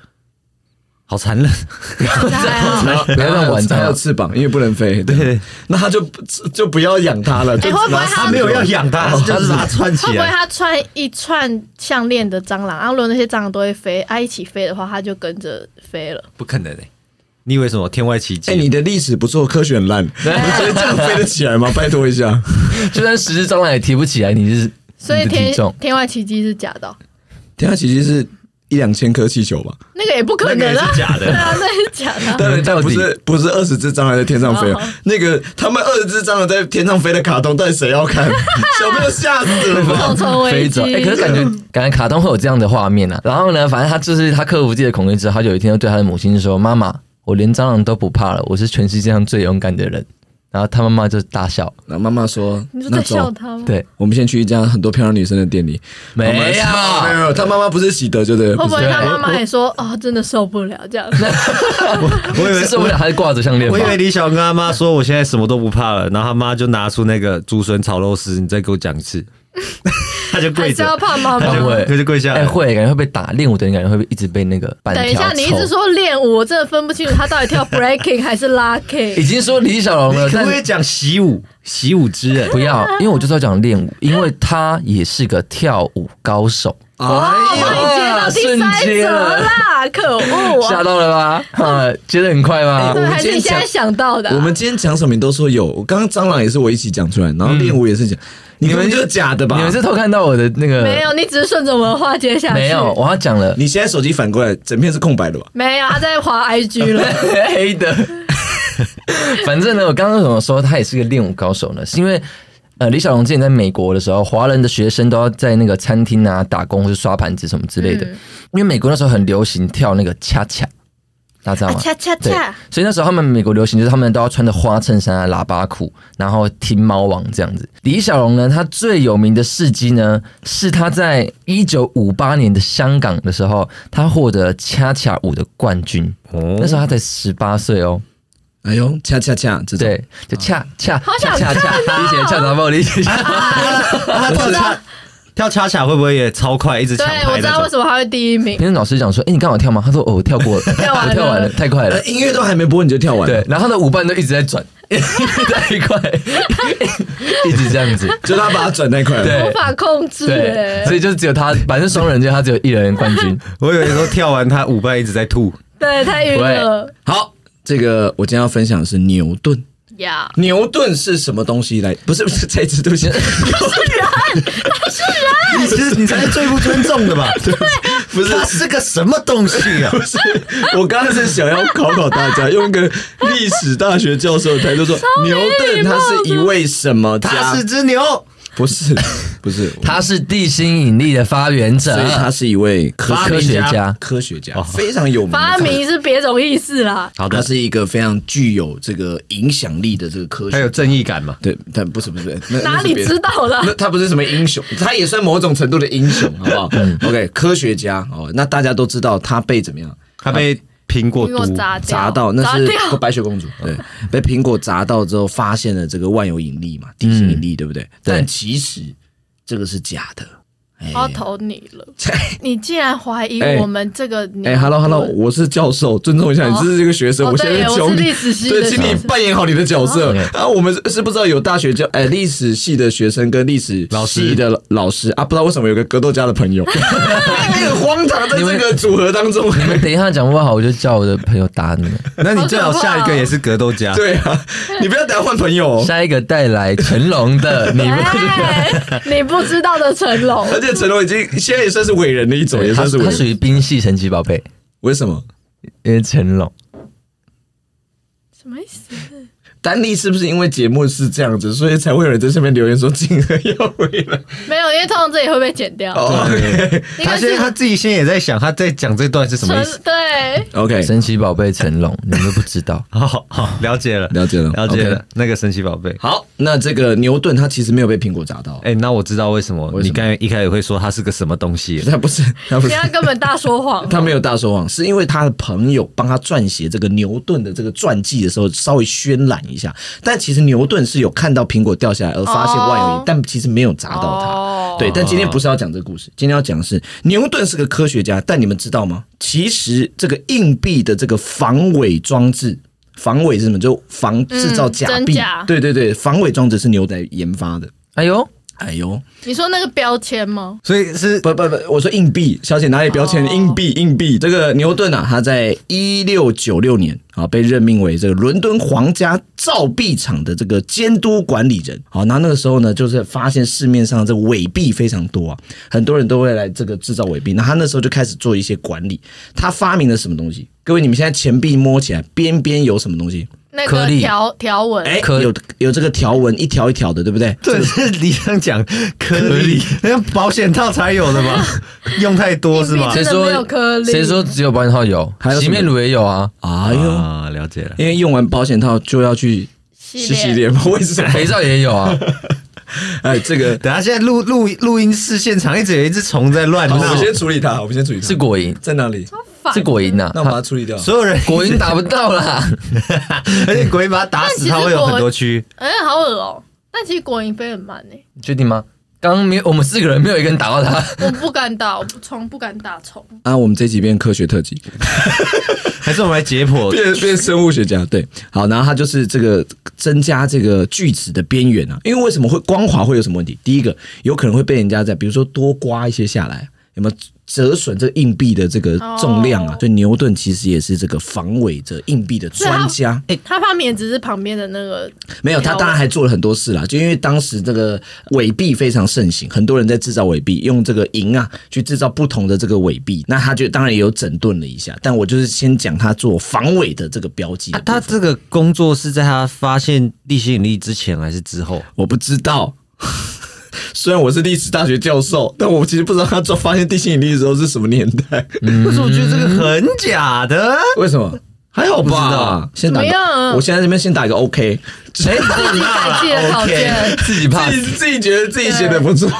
[SPEAKER 5] 好残忍，
[SPEAKER 4] 还好
[SPEAKER 1] 然后
[SPEAKER 3] 不要乱玩蟑螂
[SPEAKER 1] 它有翅膀，因为不能飞。对，那他就就不要养它了。就
[SPEAKER 4] 哎会不会他
[SPEAKER 5] 他没有要养他，哦就是把他串
[SPEAKER 4] 会
[SPEAKER 5] 起
[SPEAKER 4] 不会
[SPEAKER 5] 来。
[SPEAKER 4] 他穿一串项链的蟑螂，然后如果那些蟑螂都会飞，啊一起飞的话，他就跟着飞了。
[SPEAKER 5] 不可能诶、你以为什么天外奇迹？啊
[SPEAKER 1] 哎，你的历史不错，科学很 烂，你觉得这样飞得起来吗？拜托一下，
[SPEAKER 3] 就算十只蟑螂也提不起来，你是
[SPEAKER 4] 所以
[SPEAKER 3] 你的
[SPEAKER 4] 天
[SPEAKER 3] 体重
[SPEAKER 4] 天外奇迹是假的哦，
[SPEAKER 1] 天下奇迹是一两千颗气球吧？
[SPEAKER 4] 那个也不可
[SPEAKER 5] 那个
[SPEAKER 4] 能
[SPEAKER 5] 也
[SPEAKER 4] 啊
[SPEAKER 5] 是，假
[SPEAKER 4] 对
[SPEAKER 5] 的，
[SPEAKER 4] 啊， 那是假的啊。
[SPEAKER 1] 当然，
[SPEAKER 3] 到底
[SPEAKER 1] 但不是不是二十只蟑螂在天上飞哦，那个他们二十只蟑螂在天上飞的卡通，到底谁要 看？小朋友吓死了吧？
[SPEAKER 4] 重重危
[SPEAKER 3] 飞走。
[SPEAKER 4] 机，
[SPEAKER 3] 哎、可是感 觉感觉卡通会有这样的画面啊。然后呢，反正他就是他克服自己的恐惧之后，他有一天就对他的母亲说：“妈妈，我连蟑螂都不怕了，我是全世界上最勇敢的人。”然后他妈妈就大笑，
[SPEAKER 1] 然后妈妈说：“
[SPEAKER 4] 你是
[SPEAKER 1] 那
[SPEAKER 4] 在笑
[SPEAKER 1] 走，哎
[SPEAKER 4] 他吗？
[SPEAKER 3] 对，
[SPEAKER 1] 我们先去一家很多漂亮女生的店里。”
[SPEAKER 3] 没有
[SPEAKER 1] 妈妈说没有没有，他妈妈不是喜德，就对了，
[SPEAKER 4] 会不
[SPEAKER 1] 不
[SPEAKER 4] 会
[SPEAKER 1] 是
[SPEAKER 3] 哎
[SPEAKER 4] 他妈妈也说哦，真的受不了 这样？
[SPEAKER 5] 我以为
[SPEAKER 3] 是受不了，还是挂着项链吧
[SPEAKER 5] 我以。为李小跟他妈说我现在 什么都不怕了，然后他妈就拿出那个竹笋炒肉丝，你再给我讲一次。他他就
[SPEAKER 4] 还
[SPEAKER 5] 跪
[SPEAKER 4] 是
[SPEAKER 5] 着，
[SPEAKER 4] 要怕妈
[SPEAKER 5] 他
[SPEAKER 4] 妈
[SPEAKER 5] 就。
[SPEAKER 3] 会
[SPEAKER 5] 他就跪下
[SPEAKER 3] 哎、
[SPEAKER 5] 来。
[SPEAKER 3] 会感觉会被打，练舞的人感觉会被一直被那个板条
[SPEAKER 4] 等一下，你一
[SPEAKER 3] 抽
[SPEAKER 4] 直说练舞，我真的分不清楚他到底跳 breaking 还是 locking
[SPEAKER 3] 已。经说李小龙了，
[SPEAKER 5] 你可
[SPEAKER 3] 但
[SPEAKER 5] 不可以讲习武？习武之 人，
[SPEAKER 3] 不要，因为我就是要讲练舞，因为他也是个跳舞高手，
[SPEAKER 1] 哎
[SPEAKER 3] 哎啊
[SPEAKER 4] 我帮你接到第三者啦，可恶
[SPEAKER 3] 吓
[SPEAKER 4] 啊！
[SPEAKER 3] 到了吧？啊，接的很快
[SPEAKER 5] 哎
[SPEAKER 3] 吗？
[SPEAKER 4] 对，还是你现在想到的啊？
[SPEAKER 1] 我们今天讲什么你都说有，我刚刚蟑螂也是我一起讲出来，然后练舞也是讲，你们就是假的吧？
[SPEAKER 3] 嗯你们是偷看到我的那
[SPEAKER 5] 呃
[SPEAKER 3] 个？
[SPEAKER 4] 没有，你只是顺着我们的话接下去。
[SPEAKER 3] 没有，，我要讲了，
[SPEAKER 1] 你现在手机反过来，整片是空白的吧？
[SPEAKER 4] 没有，他在滑 IG 了。
[SPEAKER 3] 黑的。 反正呢，我刚刚怎么说，他也是个练舞高手呢？是因为呃，李小龙之前在美国的时候，华人的学生都要在那个餐厅啊打工，或是刷盘子什么之类的。
[SPEAKER 4] 嗯
[SPEAKER 3] 因为美国那时候很流行跳那个恰恰，大家知道吗？
[SPEAKER 4] 啊恰恰
[SPEAKER 3] 对
[SPEAKER 4] 恰，，
[SPEAKER 3] 所以那时候他们美国流行就是他们都要穿着花衬衫啊、喇叭裤，然后听猫王这样子。李小龙呢，他最有名的事迹呢，是他在一九五八年的香港的时候，他获得恰恰舞的冠军。那时候他才十八岁哦，
[SPEAKER 1] 哎呦，恰恰恰，这种
[SPEAKER 3] 对，就恰恰
[SPEAKER 4] 哦好想啊
[SPEAKER 3] 恰恰恰，李姐恰查暴力， 哎
[SPEAKER 5] 他跳叉跳叉卡会不会也超快，一直
[SPEAKER 4] 对
[SPEAKER 5] 抢，拍
[SPEAKER 4] 我知
[SPEAKER 5] 那
[SPEAKER 4] 道为
[SPEAKER 5] 种？
[SPEAKER 4] 什么他会第一名。
[SPEAKER 3] 评审老师讲说：“哎、你刚好跳吗？”他说：“哦，我跳过了，
[SPEAKER 4] 跳完了
[SPEAKER 3] 我跳完了，太快 了
[SPEAKER 1] 呃。音乐都还没播你就跳”完了
[SPEAKER 3] 对，，然后他的舞伴都一直在转，太快， 一直这样 子。
[SPEAKER 1] 就他把它转太快了。
[SPEAKER 3] 对
[SPEAKER 4] 无法控制、
[SPEAKER 3] 对，
[SPEAKER 4] 欸
[SPEAKER 3] 所，以就是只有他，反正双人就他只有一人冠 军。
[SPEAKER 5] 我以为说跳完他舞伴一直在吐，
[SPEAKER 4] 对，太晕了
[SPEAKER 1] 好，这个我今天要分享的是牛顿。
[SPEAKER 4] 呀！
[SPEAKER 1] 牛顿是什么东西来？不是不是，这一次对不起，
[SPEAKER 5] 你是你才是最不尊重的 吧？
[SPEAKER 1] 不是
[SPEAKER 5] 他是个什么东西啊？
[SPEAKER 1] 不是，我刚刚是想要考考大家，用一个历史大学教授的态度说，牛顿他是一位什么 家
[SPEAKER 5] 他？是只牛，
[SPEAKER 1] 不是不是，
[SPEAKER 3] 他是地心引力的发源者
[SPEAKER 4] 啊
[SPEAKER 1] 所以，他是一位科
[SPEAKER 5] 发
[SPEAKER 3] 科
[SPEAKER 5] 明
[SPEAKER 3] 学
[SPEAKER 5] 家
[SPEAKER 3] 家。
[SPEAKER 1] 科学家，非常有名的
[SPEAKER 4] 发明是别种意思啦，
[SPEAKER 5] 好
[SPEAKER 1] 他是一个非常具有这个影响力的这个科
[SPEAKER 5] 他有
[SPEAKER 1] 学。
[SPEAKER 5] 正义感嘛？
[SPEAKER 1] 对，但不是不是，那
[SPEAKER 4] 哪里知？道啦
[SPEAKER 1] 那是别？的那他不是什么英雄，他也算某种程度的英雄，好不好？OK，科
[SPEAKER 4] 嗯
[SPEAKER 1] 学家哦，那大家都知道他被怎么样
[SPEAKER 5] 他被苹果
[SPEAKER 4] 苹果
[SPEAKER 5] 毒，
[SPEAKER 4] 砸掉，
[SPEAKER 1] 砸到，那
[SPEAKER 4] 啊砸
[SPEAKER 1] 是
[SPEAKER 4] 掉
[SPEAKER 1] 白雪公主，对，被苹果砸到之后发现了这个万有引力嘛，地心引力，对不对？但其实这个是假的。哎
[SPEAKER 4] 我要投你 了。
[SPEAKER 1] 哎
[SPEAKER 4] 你竟然怀疑
[SPEAKER 1] 哎
[SPEAKER 4] 我们这个牛顿？
[SPEAKER 1] 哎，Hello Hello，我是教授，尊重一下，你
[SPEAKER 4] 哦
[SPEAKER 1] 这是一个学生，
[SPEAKER 4] 哦
[SPEAKER 1] 我现在
[SPEAKER 4] 对
[SPEAKER 1] 在
[SPEAKER 4] 我
[SPEAKER 1] 教
[SPEAKER 4] 是
[SPEAKER 1] 你
[SPEAKER 4] 历史系的
[SPEAKER 1] 对，请你
[SPEAKER 4] 学生
[SPEAKER 1] 扮演好你的角色
[SPEAKER 3] 哦
[SPEAKER 1] 啊。我们是是不知道有大学教哎历史系的学生跟历史
[SPEAKER 5] 老师
[SPEAKER 1] 系的老师啊，不知道为什么有个格斗家的朋友，很荒唐，在
[SPEAKER 3] 你们
[SPEAKER 1] 这个组合当中，
[SPEAKER 3] 你哎们等一下讲不好，我就叫我的朋友打你 们。
[SPEAKER 5] 那你最好下一个也是格斗家。
[SPEAKER 1] 对啊，你不要等下换朋友 哦。
[SPEAKER 3] 下一个带来成龙 的，你们
[SPEAKER 4] 哎，你不知道的成龙，
[SPEAKER 1] 而且成龙已经现在也算是伟人的一种，也
[SPEAKER 3] 他
[SPEAKER 1] 算是伟
[SPEAKER 3] 他属
[SPEAKER 1] 人。
[SPEAKER 3] 于冰系神奇宝贝，
[SPEAKER 1] 为什么？
[SPEAKER 3] 因为成龙
[SPEAKER 4] 什么意思？
[SPEAKER 1] 丹妮是不是因为节目是这样子，所以才会有人在下面留言说静儿要回来？
[SPEAKER 4] 没有，因为通常这里会被剪掉。
[SPEAKER 1] 哦
[SPEAKER 4] 应
[SPEAKER 5] 他
[SPEAKER 4] 该
[SPEAKER 5] 现在
[SPEAKER 4] 是
[SPEAKER 5] 他自己现在也在想，他在讲这段是什么意思。
[SPEAKER 4] 成？对，
[SPEAKER 1] ，OK，
[SPEAKER 3] 神奇宝贝成龙，你们都不知道
[SPEAKER 5] 好好，了解了，
[SPEAKER 1] 了解了
[SPEAKER 5] 了解
[SPEAKER 1] OK
[SPEAKER 5] 了。那个神奇宝贝，
[SPEAKER 1] 好，那这个牛顿他其实没有被苹果砸到，
[SPEAKER 5] 哎，那我知道为什么
[SPEAKER 1] 为什么
[SPEAKER 5] 你刚才一开始会说他是个什么东西了。
[SPEAKER 1] 他不是，他不
[SPEAKER 4] 人
[SPEAKER 1] 是。
[SPEAKER 4] 家根本大说 谎。
[SPEAKER 1] 他没有大说谎，是因为他的朋友帮他撰写这个牛顿的这个传记的时候，稍微渲染一下。但其实牛顿是有看到苹果掉下来而发现万有引力
[SPEAKER 4] 哦
[SPEAKER 1] 但其实没有砸到他。
[SPEAKER 4] 哦
[SPEAKER 1] 对，但今天不是要讲这个故事，今天要讲的是牛顿是个科学家，但你们知道吗？其实这个硬币的这个防伪装置。防伪是什么？就防制造假
[SPEAKER 4] 嗯
[SPEAKER 1] 币
[SPEAKER 4] 真、假
[SPEAKER 1] 对对对，防伪装置是牛仔研发的。
[SPEAKER 3] 哎呦，
[SPEAKER 1] 哎呦，
[SPEAKER 4] 你说那个标签吗？
[SPEAKER 5] 所以是
[SPEAKER 1] 不不不，我说硬币，小姐拿你标签，
[SPEAKER 4] 哦
[SPEAKER 1] 硬币硬币。这个牛顿啊，他在一六九六年啊被任命为这个伦敦皇家造币厂的这个监督管理人。好，那那个时候呢，就是发现市面上这个伪币非常多啊，很多人都会来这个制造伪币。那他那时候就开始做一些管理。他发明了什么东西？各位，你们现在钱币摸起来边边有什么东西？
[SPEAKER 4] 那
[SPEAKER 3] 颗
[SPEAKER 4] 个
[SPEAKER 3] 粒
[SPEAKER 4] 条条纹，
[SPEAKER 1] 哎、
[SPEAKER 3] 颗
[SPEAKER 1] 有有这个条纹，一条一条的，对不对？
[SPEAKER 5] 这是理想讲颗粒， 那保险套才有的 吧？用太多是吗
[SPEAKER 4] 硬？
[SPEAKER 3] 谁
[SPEAKER 4] 币真的没有
[SPEAKER 3] 说
[SPEAKER 4] 颗粒
[SPEAKER 3] 谁说只有保险套有
[SPEAKER 1] 还？有什
[SPEAKER 3] 洗
[SPEAKER 1] 么
[SPEAKER 3] 面乳也有啊，
[SPEAKER 1] 哎呦，
[SPEAKER 5] 啊，了解了。
[SPEAKER 1] 因为用完保险套就要去
[SPEAKER 4] 系
[SPEAKER 1] 洗洗脸吗？为什么？
[SPEAKER 3] 肥皂也有啊。
[SPEAKER 1] 哎，这个
[SPEAKER 5] 等下，现在录录录音室现场一直有一只虫在乱
[SPEAKER 1] 好，
[SPEAKER 5] 闹
[SPEAKER 1] 我，们先处理它，我们先处理它。
[SPEAKER 3] 是 果蝇，
[SPEAKER 1] 在哪里？
[SPEAKER 4] 反
[SPEAKER 3] 是果蝇呐、
[SPEAKER 5] 哎
[SPEAKER 1] 那我把它处理掉。
[SPEAKER 5] 所有 人
[SPEAKER 3] 果蝇打不 到啦，
[SPEAKER 5] 而且鬼把它打死，
[SPEAKER 4] 但其实
[SPEAKER 5] 它会有很多蛆。
[SPEAKER 4] 哎，好恶哦。但其实果蝇飞很慢诶，
[SPEAKER 3] 你确定吗？刚刚没有，我们四个人没有一个人打 到他。
[SPEAKER 4] 我不敢打，我不从不敢打虫。
[SPEAKER 1] 啊，我们这集变科学特辑，
[SPEAKER 5] 还是我们来解 剖？
[SPEAKER 1] 变变生物学家，对，好，然后它就是这个增加这个锯齿的边缘啊，因为为什么会光滑会有什么问题？第一个有可能会被人家在比如说多刮一些下来，有没有折损这个硬币的这个重量啊？
[SPEAKER 4] 哦
[SPEAKER 1] 所以牛顿其实也是这个防伪着硬币的专
[SPEAKER 4] 所以
[SPEAKER 1] 家。
[SPEAKER 4] 他发明也只是旁边的那个，
[SPEAKER 1] 没有，他当然还做了很多事啦，就因为当时这个伪币非常盛行，很多人在制造伪币，用这个银啊去制造不同的这个伪币。那他就当然也有整顿了一下，但我就是先讲他做防伪的这个标记的
[SPEAKER 5] 啊
[SPEAKER 1] 部分、
[SPEAKER 5] 他这个工作是在他发现地心引力之前还是之后？
[SPEAKER 1] 我不知道。 虽然我是历史大学教授，但我其实不知道他做发现地心引力的时候是什么年代。
[SPEAKER 5] 为什么我觉得这个很假的？
[SPEAKER 1] 嗯为什么？还好
[SPEAKER 5] 不知道？
[SPEAKER 1] 先打个
[SPEAKER 4] 怎么样
[SPEAKER 1] 我现在这边先打一个 OK，
[SPEAKER 3] 哎，
[SPEAKER 4] 自己
[SPEAKER 1] 啊
[SPEAKER 4] 改进的考卷。哎
[SPEAKER 3] 自己怕
[SPEAKER 1] 自己自己觉得自己写的不错，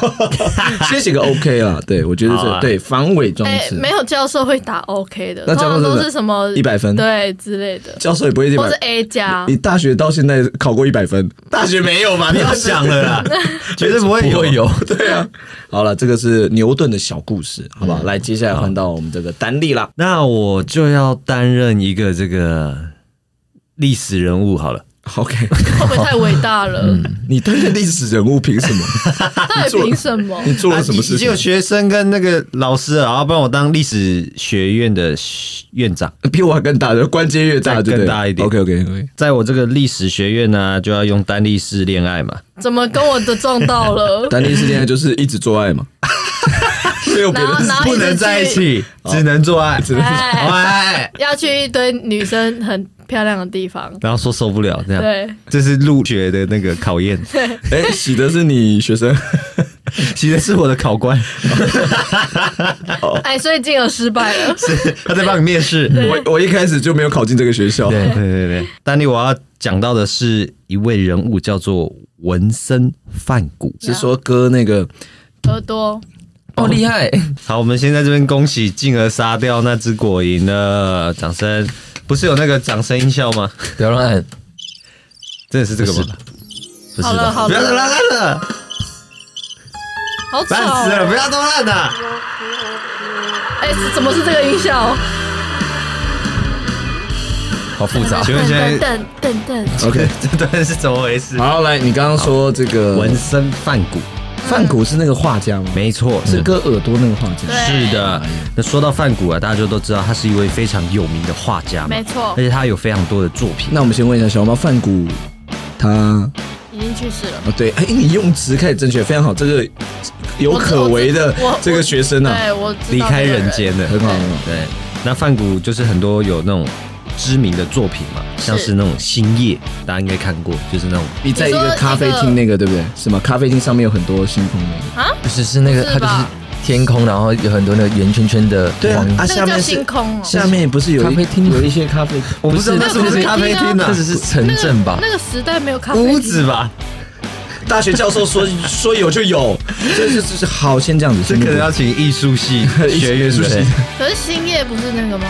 [SPEAKER 1] 先 写个 OK 啦。对，我觉得
[SPEAKER 5] 好
[SPEAKER 1] 这
[SPEAKER 5] 啊
[SPEAKER 1] 对防伪装
[SPEAKER 4] 哎，
[SPEAKER 1] 置，
[SPEAKER 4] 没有教授会打 OK 的，
[SPEAKER 1] 那
[SPEAKER 4] 通
[SPEAKER 1] 教
[SPEAKER 4] 常
[SPEAKER 1] 授
[SPEAKER 4] 都
[SPEAKER 1] 真的
[SPEAKER 4] 是什么
[SPEAKER 1] 100分
[SPEAKER 4] 对之类的，
[SPEAKER 1] 教授也不 会一百
[SPEAKER 4] 或是。A 哎加
[SPEAKER 1] 你。大学到现在考过一百分？大学没有 吧？
[SPEAKER 5] 不要想了啦，绝对不会
[SPEAKER 3] 不会有。
[SPEAKER 1] 对啊。好了，这个是牛顿的小故事，好不好？来，接下来换到我们这个丹利啦。
[SPEAKER 5] 那我就要担任一个这个历史人物好了。
[SPEAKER 1] OK，
[SPEAKER 4] 会不会太伟大了？
[SPEAKER 1] 你担任历史人物，凭什么？
[SPEAKER 4] 到底凭什么？
[SPEAKER 1] 你做了什么
[SPEAKER 5] 啊已
[SPEAKER 1] 事
[SPEAKER 5] 已经
[SPEAKER 1] 情
[SPEAKER 5] 有？学生跟那个老师啊了，然后帮我当历史学院的院长。
[SPEAKER 1] 比我还更大的关节越大，
[SPEAKER 5] 再
[SPEAKER 1] 对不
[SPEAKER 5] 更
[SPEAKER 1] 对
[SPEAKER 5] 大一点
[SPEAKER 1] OK OK OK，
[SPEAKER 5] 在我这个历史学院呢、就要用单立式恋爱嘛。
[SPEAKER 4] 怎么跟我的撞到 了？
[SPEAKER 1] 丹利是恋爱就是一直做爱嘛， 没有别
[SPEAKER 4] 然后，
[SPEAKER 1] 的。
[SPEAKER 4] 然后一直去，
[SPEAKER 5] 起，只能做爱，只能
[SPEAKER 1] 啊
[SPEAKER 4] 哎， 要去一堆女生很漂亮的地方。
[SPEAKER 5] 然后说受不了这样，
[SPEAKER 4] 对，
[SPEAKER 5] 这是入学的那个考 验，
[SPEAKER 1] 哎，喜的是你学生，
[SPEAKER 5] 其实是我的考官，
[SPEAKER 4] 哎，所以进而失败 了。
[SPEAKER 5] 是他在帮你面试。
[SPEAKER 1] 我我一开始就没有考进这个学校。
[SPEAKER 5] 对对对对，丹尼，我要讲到的是一位人物，叫做文森范谷。
[SPEAKER 1] 是说割那个
[SPEAKER 4] 耳朵，
[SPEAKER 3] 哦，厉害！
[SPEAKER 5] 好，我们先在这边恭喜进而杀掉那只果蝇了，掌声！不是有那个掌声音效吗？
[SPEAKER 3] 不要乱按，
[SPEAKER 5] 真的是这个
[SPEAKER 3] 不
[SPEAKER 5] 吗不
[SPEAKER 3] 是？吧
[SPEAKER 4] 好了好
[SPEAKER 5] 不要再
[SPEAKER 4] 了，
[SPEAKER 5] 乱按了，
[SPEAKER 4] 好吵
[SPEAKER 5] 烂死了！
[SPEAKER 4] 哦！
[SPEAKER 5] 不要再乱啊了。
[SPEAKER 4] 哎，是怎么是这个音效？
[SPEAKER 3] 好复 杂。
[SPEAKER 5] 请问现在
[SPEAKER 4] 等等等，
[SPEAKER 1] OK，
[SPEAKER 5] 这段是怎么回事？
[SPEAKER 1] 好来，你刚刚说这个
[SPEAKER 5] 纹身范骨，
[SPEAKER 1] 范谷是那个画家吗？
[SPEAKER 5] 没错，
[SPEAKER 1] 是
[SPEAKER 5] 是
[SPEAKER 1] 割耳朵那个画家。
[SPEAKER 4] 对
[SPEAKER 5] 是的。那说到范谷啊，大家就都知道他是一位非常有名的画家嘛，
[SPEAKER 4] 没错
[SPEAKER 5] 而且他有非常多的作品。
[SPEAKER 1] 那我们先问一下小猫范谷，他
[SPEAKER 4] 已经去世了。
[SPEAKER 1] 哦对，哎，你用词开始正确，非常好，这个有可为的
[SPEAKER 4] 我我
[SPEAKER 1] 这个学生啊，
[SPEAKER 4] 对我知道
[SPEAKER 5] 离开
[SPEAKER 4] 这个
[SPEAKER 5] 人间的，
[SPEAKER 1] 很好很好。
[SPEAKER 5] 对，那梵谷就是很多有那种知名的作品嘛，像是那种《星夜》，大家应该看过，就是那种
[SPEAKER 1] 你在一
[SPEAKER 4] 你
[SPEAKER 1] 个
[SPEAKER 4] 说
[SPEAKER 1] 咖啡厅那个对不对？是吗？咖啡厅上面有很多星空那个。
[SPEAKER 3] 不是是那个，它
[SPEAKER 4] 是
[SPEAKER 3] 就
[SPEAKER 4] 吧
[SPEAKER 3] 是天空，然后有很多那个圆圈圈的光。
[SPEAKER 5] 哎
[SPEAKER 1] 啊，
[SPEAKER 4] 那个叫星空哦。
[SPEAKER 1] 下面不是有一
[SPEAKER 3] 咖啡厅吗
[SPEAKER 1] 有一些咖啡，
[SPEAKER 5] 我不知道那是不是咖啡厅啊呢
[SPEAKER 3] 这？只是城
[SPEAKER 4] 那
[SPEAKER 3] 镇吧
[SPEAKER 4] 个？那个时代没有咖啡
[SPEAKER 5] 屋
[SPEAKER 4] 厅，
[SPEAKER 5] 子吧，
[SPEAKER 1] 大学教授说说有就有，这是是好，先这样子，
[SPEAKER 5] 这
[SPEAKER 1] 先
[SPEAKER 5] 可能
[SPEAKER 1] 不
[SPEAKER 5] 要请艺术 系学院
[SPEAKER 1] 艺术系
[SPEAKER 5] 的
[SPEAKER 4] 可是星夜不是那个吗？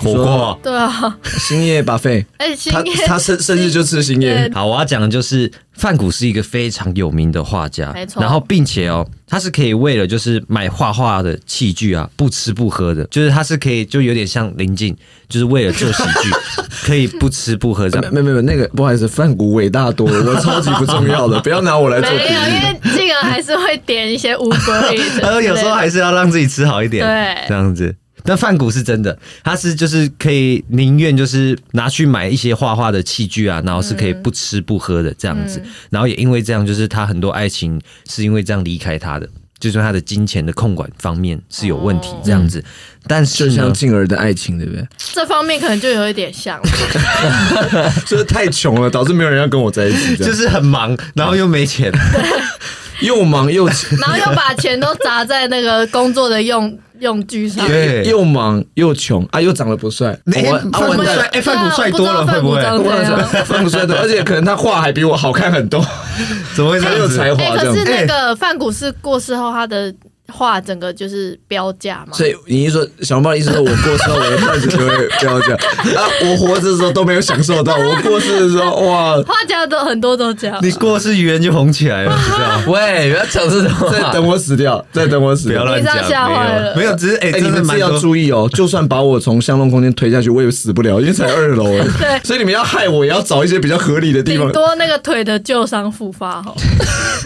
[SPEAKER 5] 火锅。
[SPEAKER 4] 对 啊，
[SPEAKER 1] 星夜巴菲，
[SPEAKER 4] 而且星
[SPEAKER 1] 他
[SPEAKER 4] 夜
[SPEAKER 1] 他生生日就吃星 夜
[SPEAKER 4] 对，
[SPEAKER 5] 好，我要讲的就是范谷是一个非常有名的画家，
[SPEAKER 4] 没错
[SPEAKER 5] 然后并且哦，他是可以为了就是买画画的器具啊，不吃不喝的，就是他是可以就有点像林静，就是为了做喜剧 可以不吃不喝这样。
[SPEAKER 1] 没没没，那个不好意思，范谷伟大多了，我超级不重要的，不要拿我来
[SPEAKER 4] 没
[SPEAKER 1] 做
[SPEAKER 4] 有，
[SPEAKER 1] 比
[SPEAKER 4] 因
[SPEAKER 1] 喻。
[SPEAKER 4] 为这个还是会点一些乌龟。
[SPEAKER 5] 然后呃有时候还是要让自己吃好一点，
[SPEAKER 4] 对
[SPEAKER 5] 这样子。但范谷是真的，他是就是可以宁愿就是拿去买一些画画的器具啊，然后是可以不吃不喝的这样子。
[SPEAKER 4] 嗯
[SPEAKER 5] 然后也因为这样，就是他很多爱情是因为这样离开他的，就是他的金钱的控管方面是有问题
[SPEAKER 4] 哦
[SPEAKER 5] 这样子。但是呢
[SPEAKER 1] 就像，静儿的爱情，对不对？
[SPEAKER 4] 这方面可能就有一点像了，
[SPEAKER 1] 就是太穷了，导致没有人要跟我在一起，就
[SPEAKER 5] 就是是很忙，然后又没钱，
[SPEAKER 1] 又忙又穷，
[SPEAKER 4] 然后又把钱都砸在那个工作的用用具上。
[SPEAKER 5] 对
[SPEAKER 1] 又忙又穷啊，又长得不帅，我啊
[SPEAKER 5] 范
[SPEAKER 1] 我
[SPEAKER 5] 谷
[SPEAKER 1] 很
[SPEAKER 5] 帅，哎、范谷帅多了会不会？
[SPEAKER 4] 不知道
[SPEAKER 1] 我
[SPEAKER 4] 对啊
[SPEAKER 1] 很范谷帅的，而且可能他画还比我好看很多，
[SPEAKER 5] 怎么会这
[SPEAKER 1] 很
[SPEAKER 5] 样
[SPEAKER 1] 有
[SPEAKER 5] 子？
[SPEAKER 1] 才
[SPEAKER 4] 哎、
[SPEAKER 1] 华这
[SPEAKER 4] 可
[SPEAKER 1] 样
[SPEAKER 4] 是
[SPEAKER 1] 子。
[SPEAKER 4] 那个范谷是过世后，他的话整个就是标价嘛。
[SPEAKER 1] 所以你一说小笼包的意思是我过世后我的段子就会不要这样 啊，我活着的时候都没有享受到，我过世的时候哇，
[SPEAKER 4] 话家都很多都这样，
[SPEAKER 6] 你过世语言就红起
[SPEAKER 4] 啊
[SPEAKER 6] 来了，你知 道吗
[SPEAKER 3] 喂，不要讲这种
[SPEAKER 1] 再
[SPEAKER 3] 话。
[SPEAKER 1] 等我死掉，再等我死
[SPEAKER 6] 不要
[SPEAKER 1] 掉。
[SPEAKER 6] 乱
[SPEAKER 4] 你
[SPEAKER 6] 讲，
[SPEAKER 4] 这样吓坏了
[SPEAKER 6] 没有没有，只是哎，
[SPEAKER 1] 哎、
[SPEAKER 6] 真
[SPEAKER 1] 你
[SPEAKER 6] 的
[SPEAKER 1] 们自
[SPEAKER 6] 蛮
[SPEAKER 1] 己要
[SPEAKER 6] 多
[SPEAKER 1] 注意哦！就算把我从香洞空间推下去，我也死不了，因为才二楼哎。
[SPEAKER 4] 对
[SPEAKER 1] 所以你们要害我，也要找一些比较合理的地
[SPEAKER 4] 顶
[SPEAKER 1] 方。
[SPEAKER 4] 多那个腿的旧伤复发哈，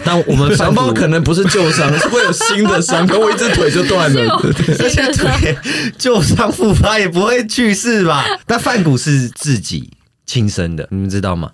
[SPEAKER 6] 但 我们
[SPEAKER 1] 小笼
[SPEAKER 6] 反
[SPEAKER 1] 包
[SPEAKER 6] 腐
[SPEAKER 1] 可能不是旧伤，是会有新的伤，可我一只腿就断
[SPEAKER 4] 是哦
[SPEAKER 1] 了
[SPEAKER 4] 有。
[SPEAKER 6] 而且腿旧伤复发也不会去世吧？但范谷是自己亲生的，你们知道吗？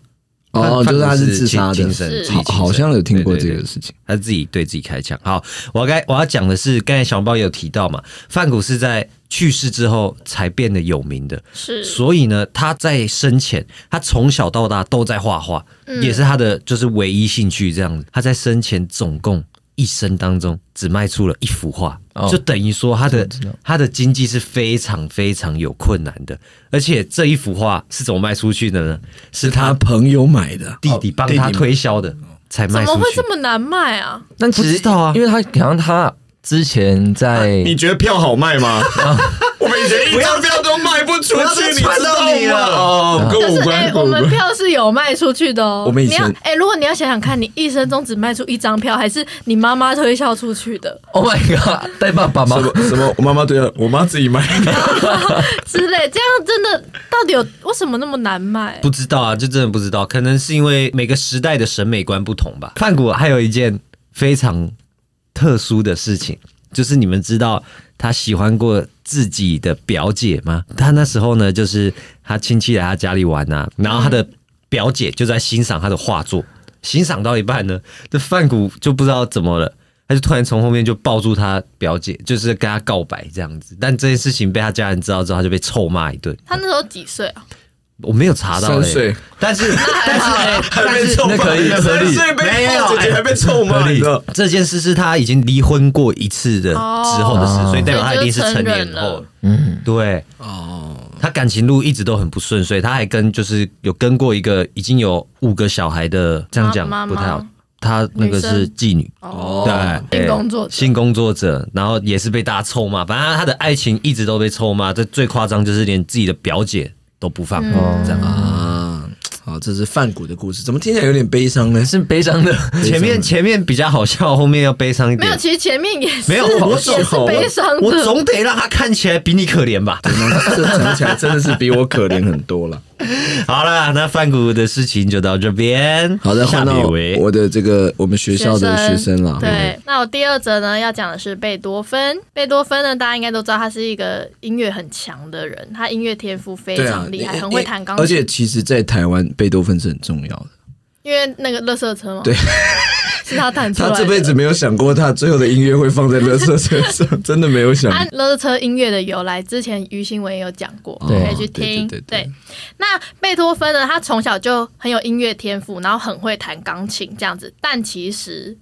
[SPEAKER 1] 哦，
[SPEAKER 6] 范
[SPEAKER 1] 就是他
[SPEAKER 6] 范谷
[SPEAKER 1] 是
[SPEAKER 6] 是
[SPEAKER 1] 自杀的，
[SPEAKER 6] 亲生自己亲
[SPEAKER 1] 好
[SPEAKER 6] 生
[SPEAKER 1] 好像有听过
[SPEAKER 6] 对
[SPEAKER 1] 这
[SPEAKER 6] 对对
[SPEAKER 1] 个事情。
[SPEAKER 6] 他自己对自己开枪。好，我该我要讲的是，刚才小笼包也有提到嘛，范谷是在去世之后才变得有名的，
[SPEAKER 4] 是
[SPEAKER 6] 所以呢，他在生前，他从小到大都在画画，也是他的就是唯一兴趣这样子。他在生前总共一生当中只卖出了一幅画，
[SPEAKER 3] 哦
[SPEAKER 6] 就等于说他的
[SPEAKER 3] 道
[SPEAKER 6] 他的经济是非常非常有困难的。而且这一幅画是怎么卖出去的呢？是
[SPEAKER 1] 他
[SPEAKER 6] 他
[SPEAKER 1] 朋友买的，
[SPEAKER 6] 弟弟帮他推销的，才
[SPEAKER 4] 怎
[SPEAKER 6] 卖出
[SPEAKER 4] 么会
[SPEAKER 6] 去
[SPEAKER 4] 这。么难卖啊？
[SPEAKER 3] 但其
[SPEAKER 6] 不
[SPEAKER 3] 实
[SPEAKER 6] 知道啊
[SPEAKER 3] 因为他好像他之 前在
[SPEAKER 1] 你觉得票好卖 吗？我们以前一张票都卖不出
[SPEAKER 6] 不要
[SPEAKER 1] 去，
[SPEAKER 6] 再
[SPEAKER 1] 知
[SPEAKER 6] 传到
[SPEAKER 1] 道
[SPEAKER 6] 你
[SPEAKER 1] 吗？
[SPEAKER 6] 了
[SPEAKER 1] 哦，跟
[SPEAKER 4] 可
[SPEAKER 1] 我无
[SPEAKER 4] 是
[SPEAKER 1] 关，
[SPEAKER 4] 哎、
[SPEAKER 1] 跟
[SPEAKER 4] 我
[SPEAKER 1] 我无关
[SPEAKER 4] 们票是有卖出去的哦。
[SPEAKER 1] 我们以
[SPEAKER 4] 你要
[SPEAKER 1] 前
[SPEAKER 4] 哎、如果你要想想看，你一生中只卖出一张票，还是你妈妈推销出去的
[SPEAKER 3] Oh my God，带爸爸吗
[SPEAKER 1] 什？ 么什么？我妈妈对啊，我妈自己买。
[SPEAKER 4] 之类？这样真的到底有为什么那么难卖？
[SPEAKER 6] 不知道啊，就真的不知道，可能是因为每个时代的审美观不同吧。范谷还有一件非常特殊的事情，就是你们知道他喜欢过自己的表姐吗？他那时候呢，就是他亲戚来他家里玩啊，然后他的表姐就在欣赏他的画作，欣赏到一半呢，这范谷就不知道怎么了。他就突然从后面就抱住他表姐，就是跟他告白这样子，但这件事情被他家人知道之后，他就被臭骂一顿。
[SPEAKER 4] 他那时候几岁啊？
[SPEAKER 6] 我没有查到、欸，
[SPEAKER 1] 三岁
[SPEAKER 6] 但是但是哎、
[SPEAKER 1] 还
[SPEAKER 6] 但
[SPEAKER 1] 被
[SPEAKER 6] 是
[SPEAKER 1] 臭骂，
[SPEAKER 3] 那可以合理
[SPEAKER 1] 所以
[SPEAKER 6] 没
[SPEAKER 1] 被
[SPEAKER 6] 有
[SPEAKER 1] 抱姐姐
[SPEAKER 6] 哎
[SPEAKER 1] 还被臭骂，
[SPEAKER 6] 合
[SPEAKER 1] 你
[SPEAKER 6] 理
[SPEAKER 1] 知道？
[SPEAKER 6] 这件事是他已经离婚过一次的之后的事，
[SPEAKER 3] 哦
[SPEAKER 6] 所以代表他一定是
[SPEAKER 4] 所以
[SPEAKER 6] 成
[SPEAKER 4] 就是
[SPEAKER 6] 年
[SPEAKER 4] 成人
[SPEAKER 6] 后
[SPEAKER 4] 了。
[SPEAKER 3] 嗯，
[SPEAKER 6] 对，
[SPEAKER 1] 哦，
[SPEAKER 6] 他感情路一直都很不顺，所以他还跟就是有跟过一个已经有五个小孩的，这样讲
[SPEAKER 4] 妈妈
[SPEAKER 6] 不太好。他那个是妓女，
[SPEAKER 4] 哦，
[SPEAKER 6] 对，
[SPEAKER 4] 性工作者
[SPEAKER 6] 性工作者，然后也是被大家臭骂，反正他的爱情一直都被臭骂。这最夸张就是连自己的表姐都不放过，
[SPEAKER 4] 嗯
[SPEAKER 6] 这样。
[SPEAKER 1] 啊，好，这是范谷的故事，怎么听起来有点悲伤呢？
[SPEAKER 3] 是悲伤 的。
[SPEAKER 6] 前面前面比较好笑，后面要悲伤一
[SPEAKER 4] 没
[SPEAKER 6] 点
[SPEAKER 4] 有，。其实前面也是
[SPEAKER 6] 没有，我总
[SPEAKER 4] 也是悲伤
[SPEAKER 6] 我
[SPEAKER 4] 的。
[SPEAKER 6] 总得让他看起来比你可怜吧。
[SPEAKER 1] 这讲起来真的是比我可怜很多了。
[SPEAKER 6] 好了，那范谷的事情就到这边。
[SPEAKER 1] 好的，
[SPEAKER 6] 下
[SPEAKER 1] 换到
[SPEAKER 6] 面一位
[SPEAKER 1] 我的这个我们学校的学生啊嗯了。
[SPEAKER 4] 对，那我第二则呢要讲的是贝多芬。贝多芬呢，大家应该都知道，他是一个音乐很强的人，他音乐天赋非
[SPEAKER 1] 对啊
[SPEAKER 4] 常，厉害，
[SPEAKER 1] 你
[SPEAKER 4] 很会弹钢
[SPEAKER 1] 而
[SPEAKER 4] 琴。
[SPEAKER 1] 且其实，在台湾，贝多芬是很重要的。
[SPEAKER 4] 因为那个乐色车嘛，
[SPEAKER 1] 对，
[SPEAKER 4] 是啊他弹出来
[SPEAKER 1] 他
[SPEAKER 4] 的。
[SPEAKER 1] 这辈子没有想过，他最后的音乐会放在乐色车 上，真的没有想。
[SPEAKER 4] 按啊乐车音乐的由来，之前于新文也有讲过，
[SPEAKER 1] 哦
[SPEAKER 4] 可以去听。
[SPEAKER 1] 对对对对
[SPEAKER 4] 那贝多芬呢，他从小就很有音乐天赋，然后很会弹钢琴这样子，但其实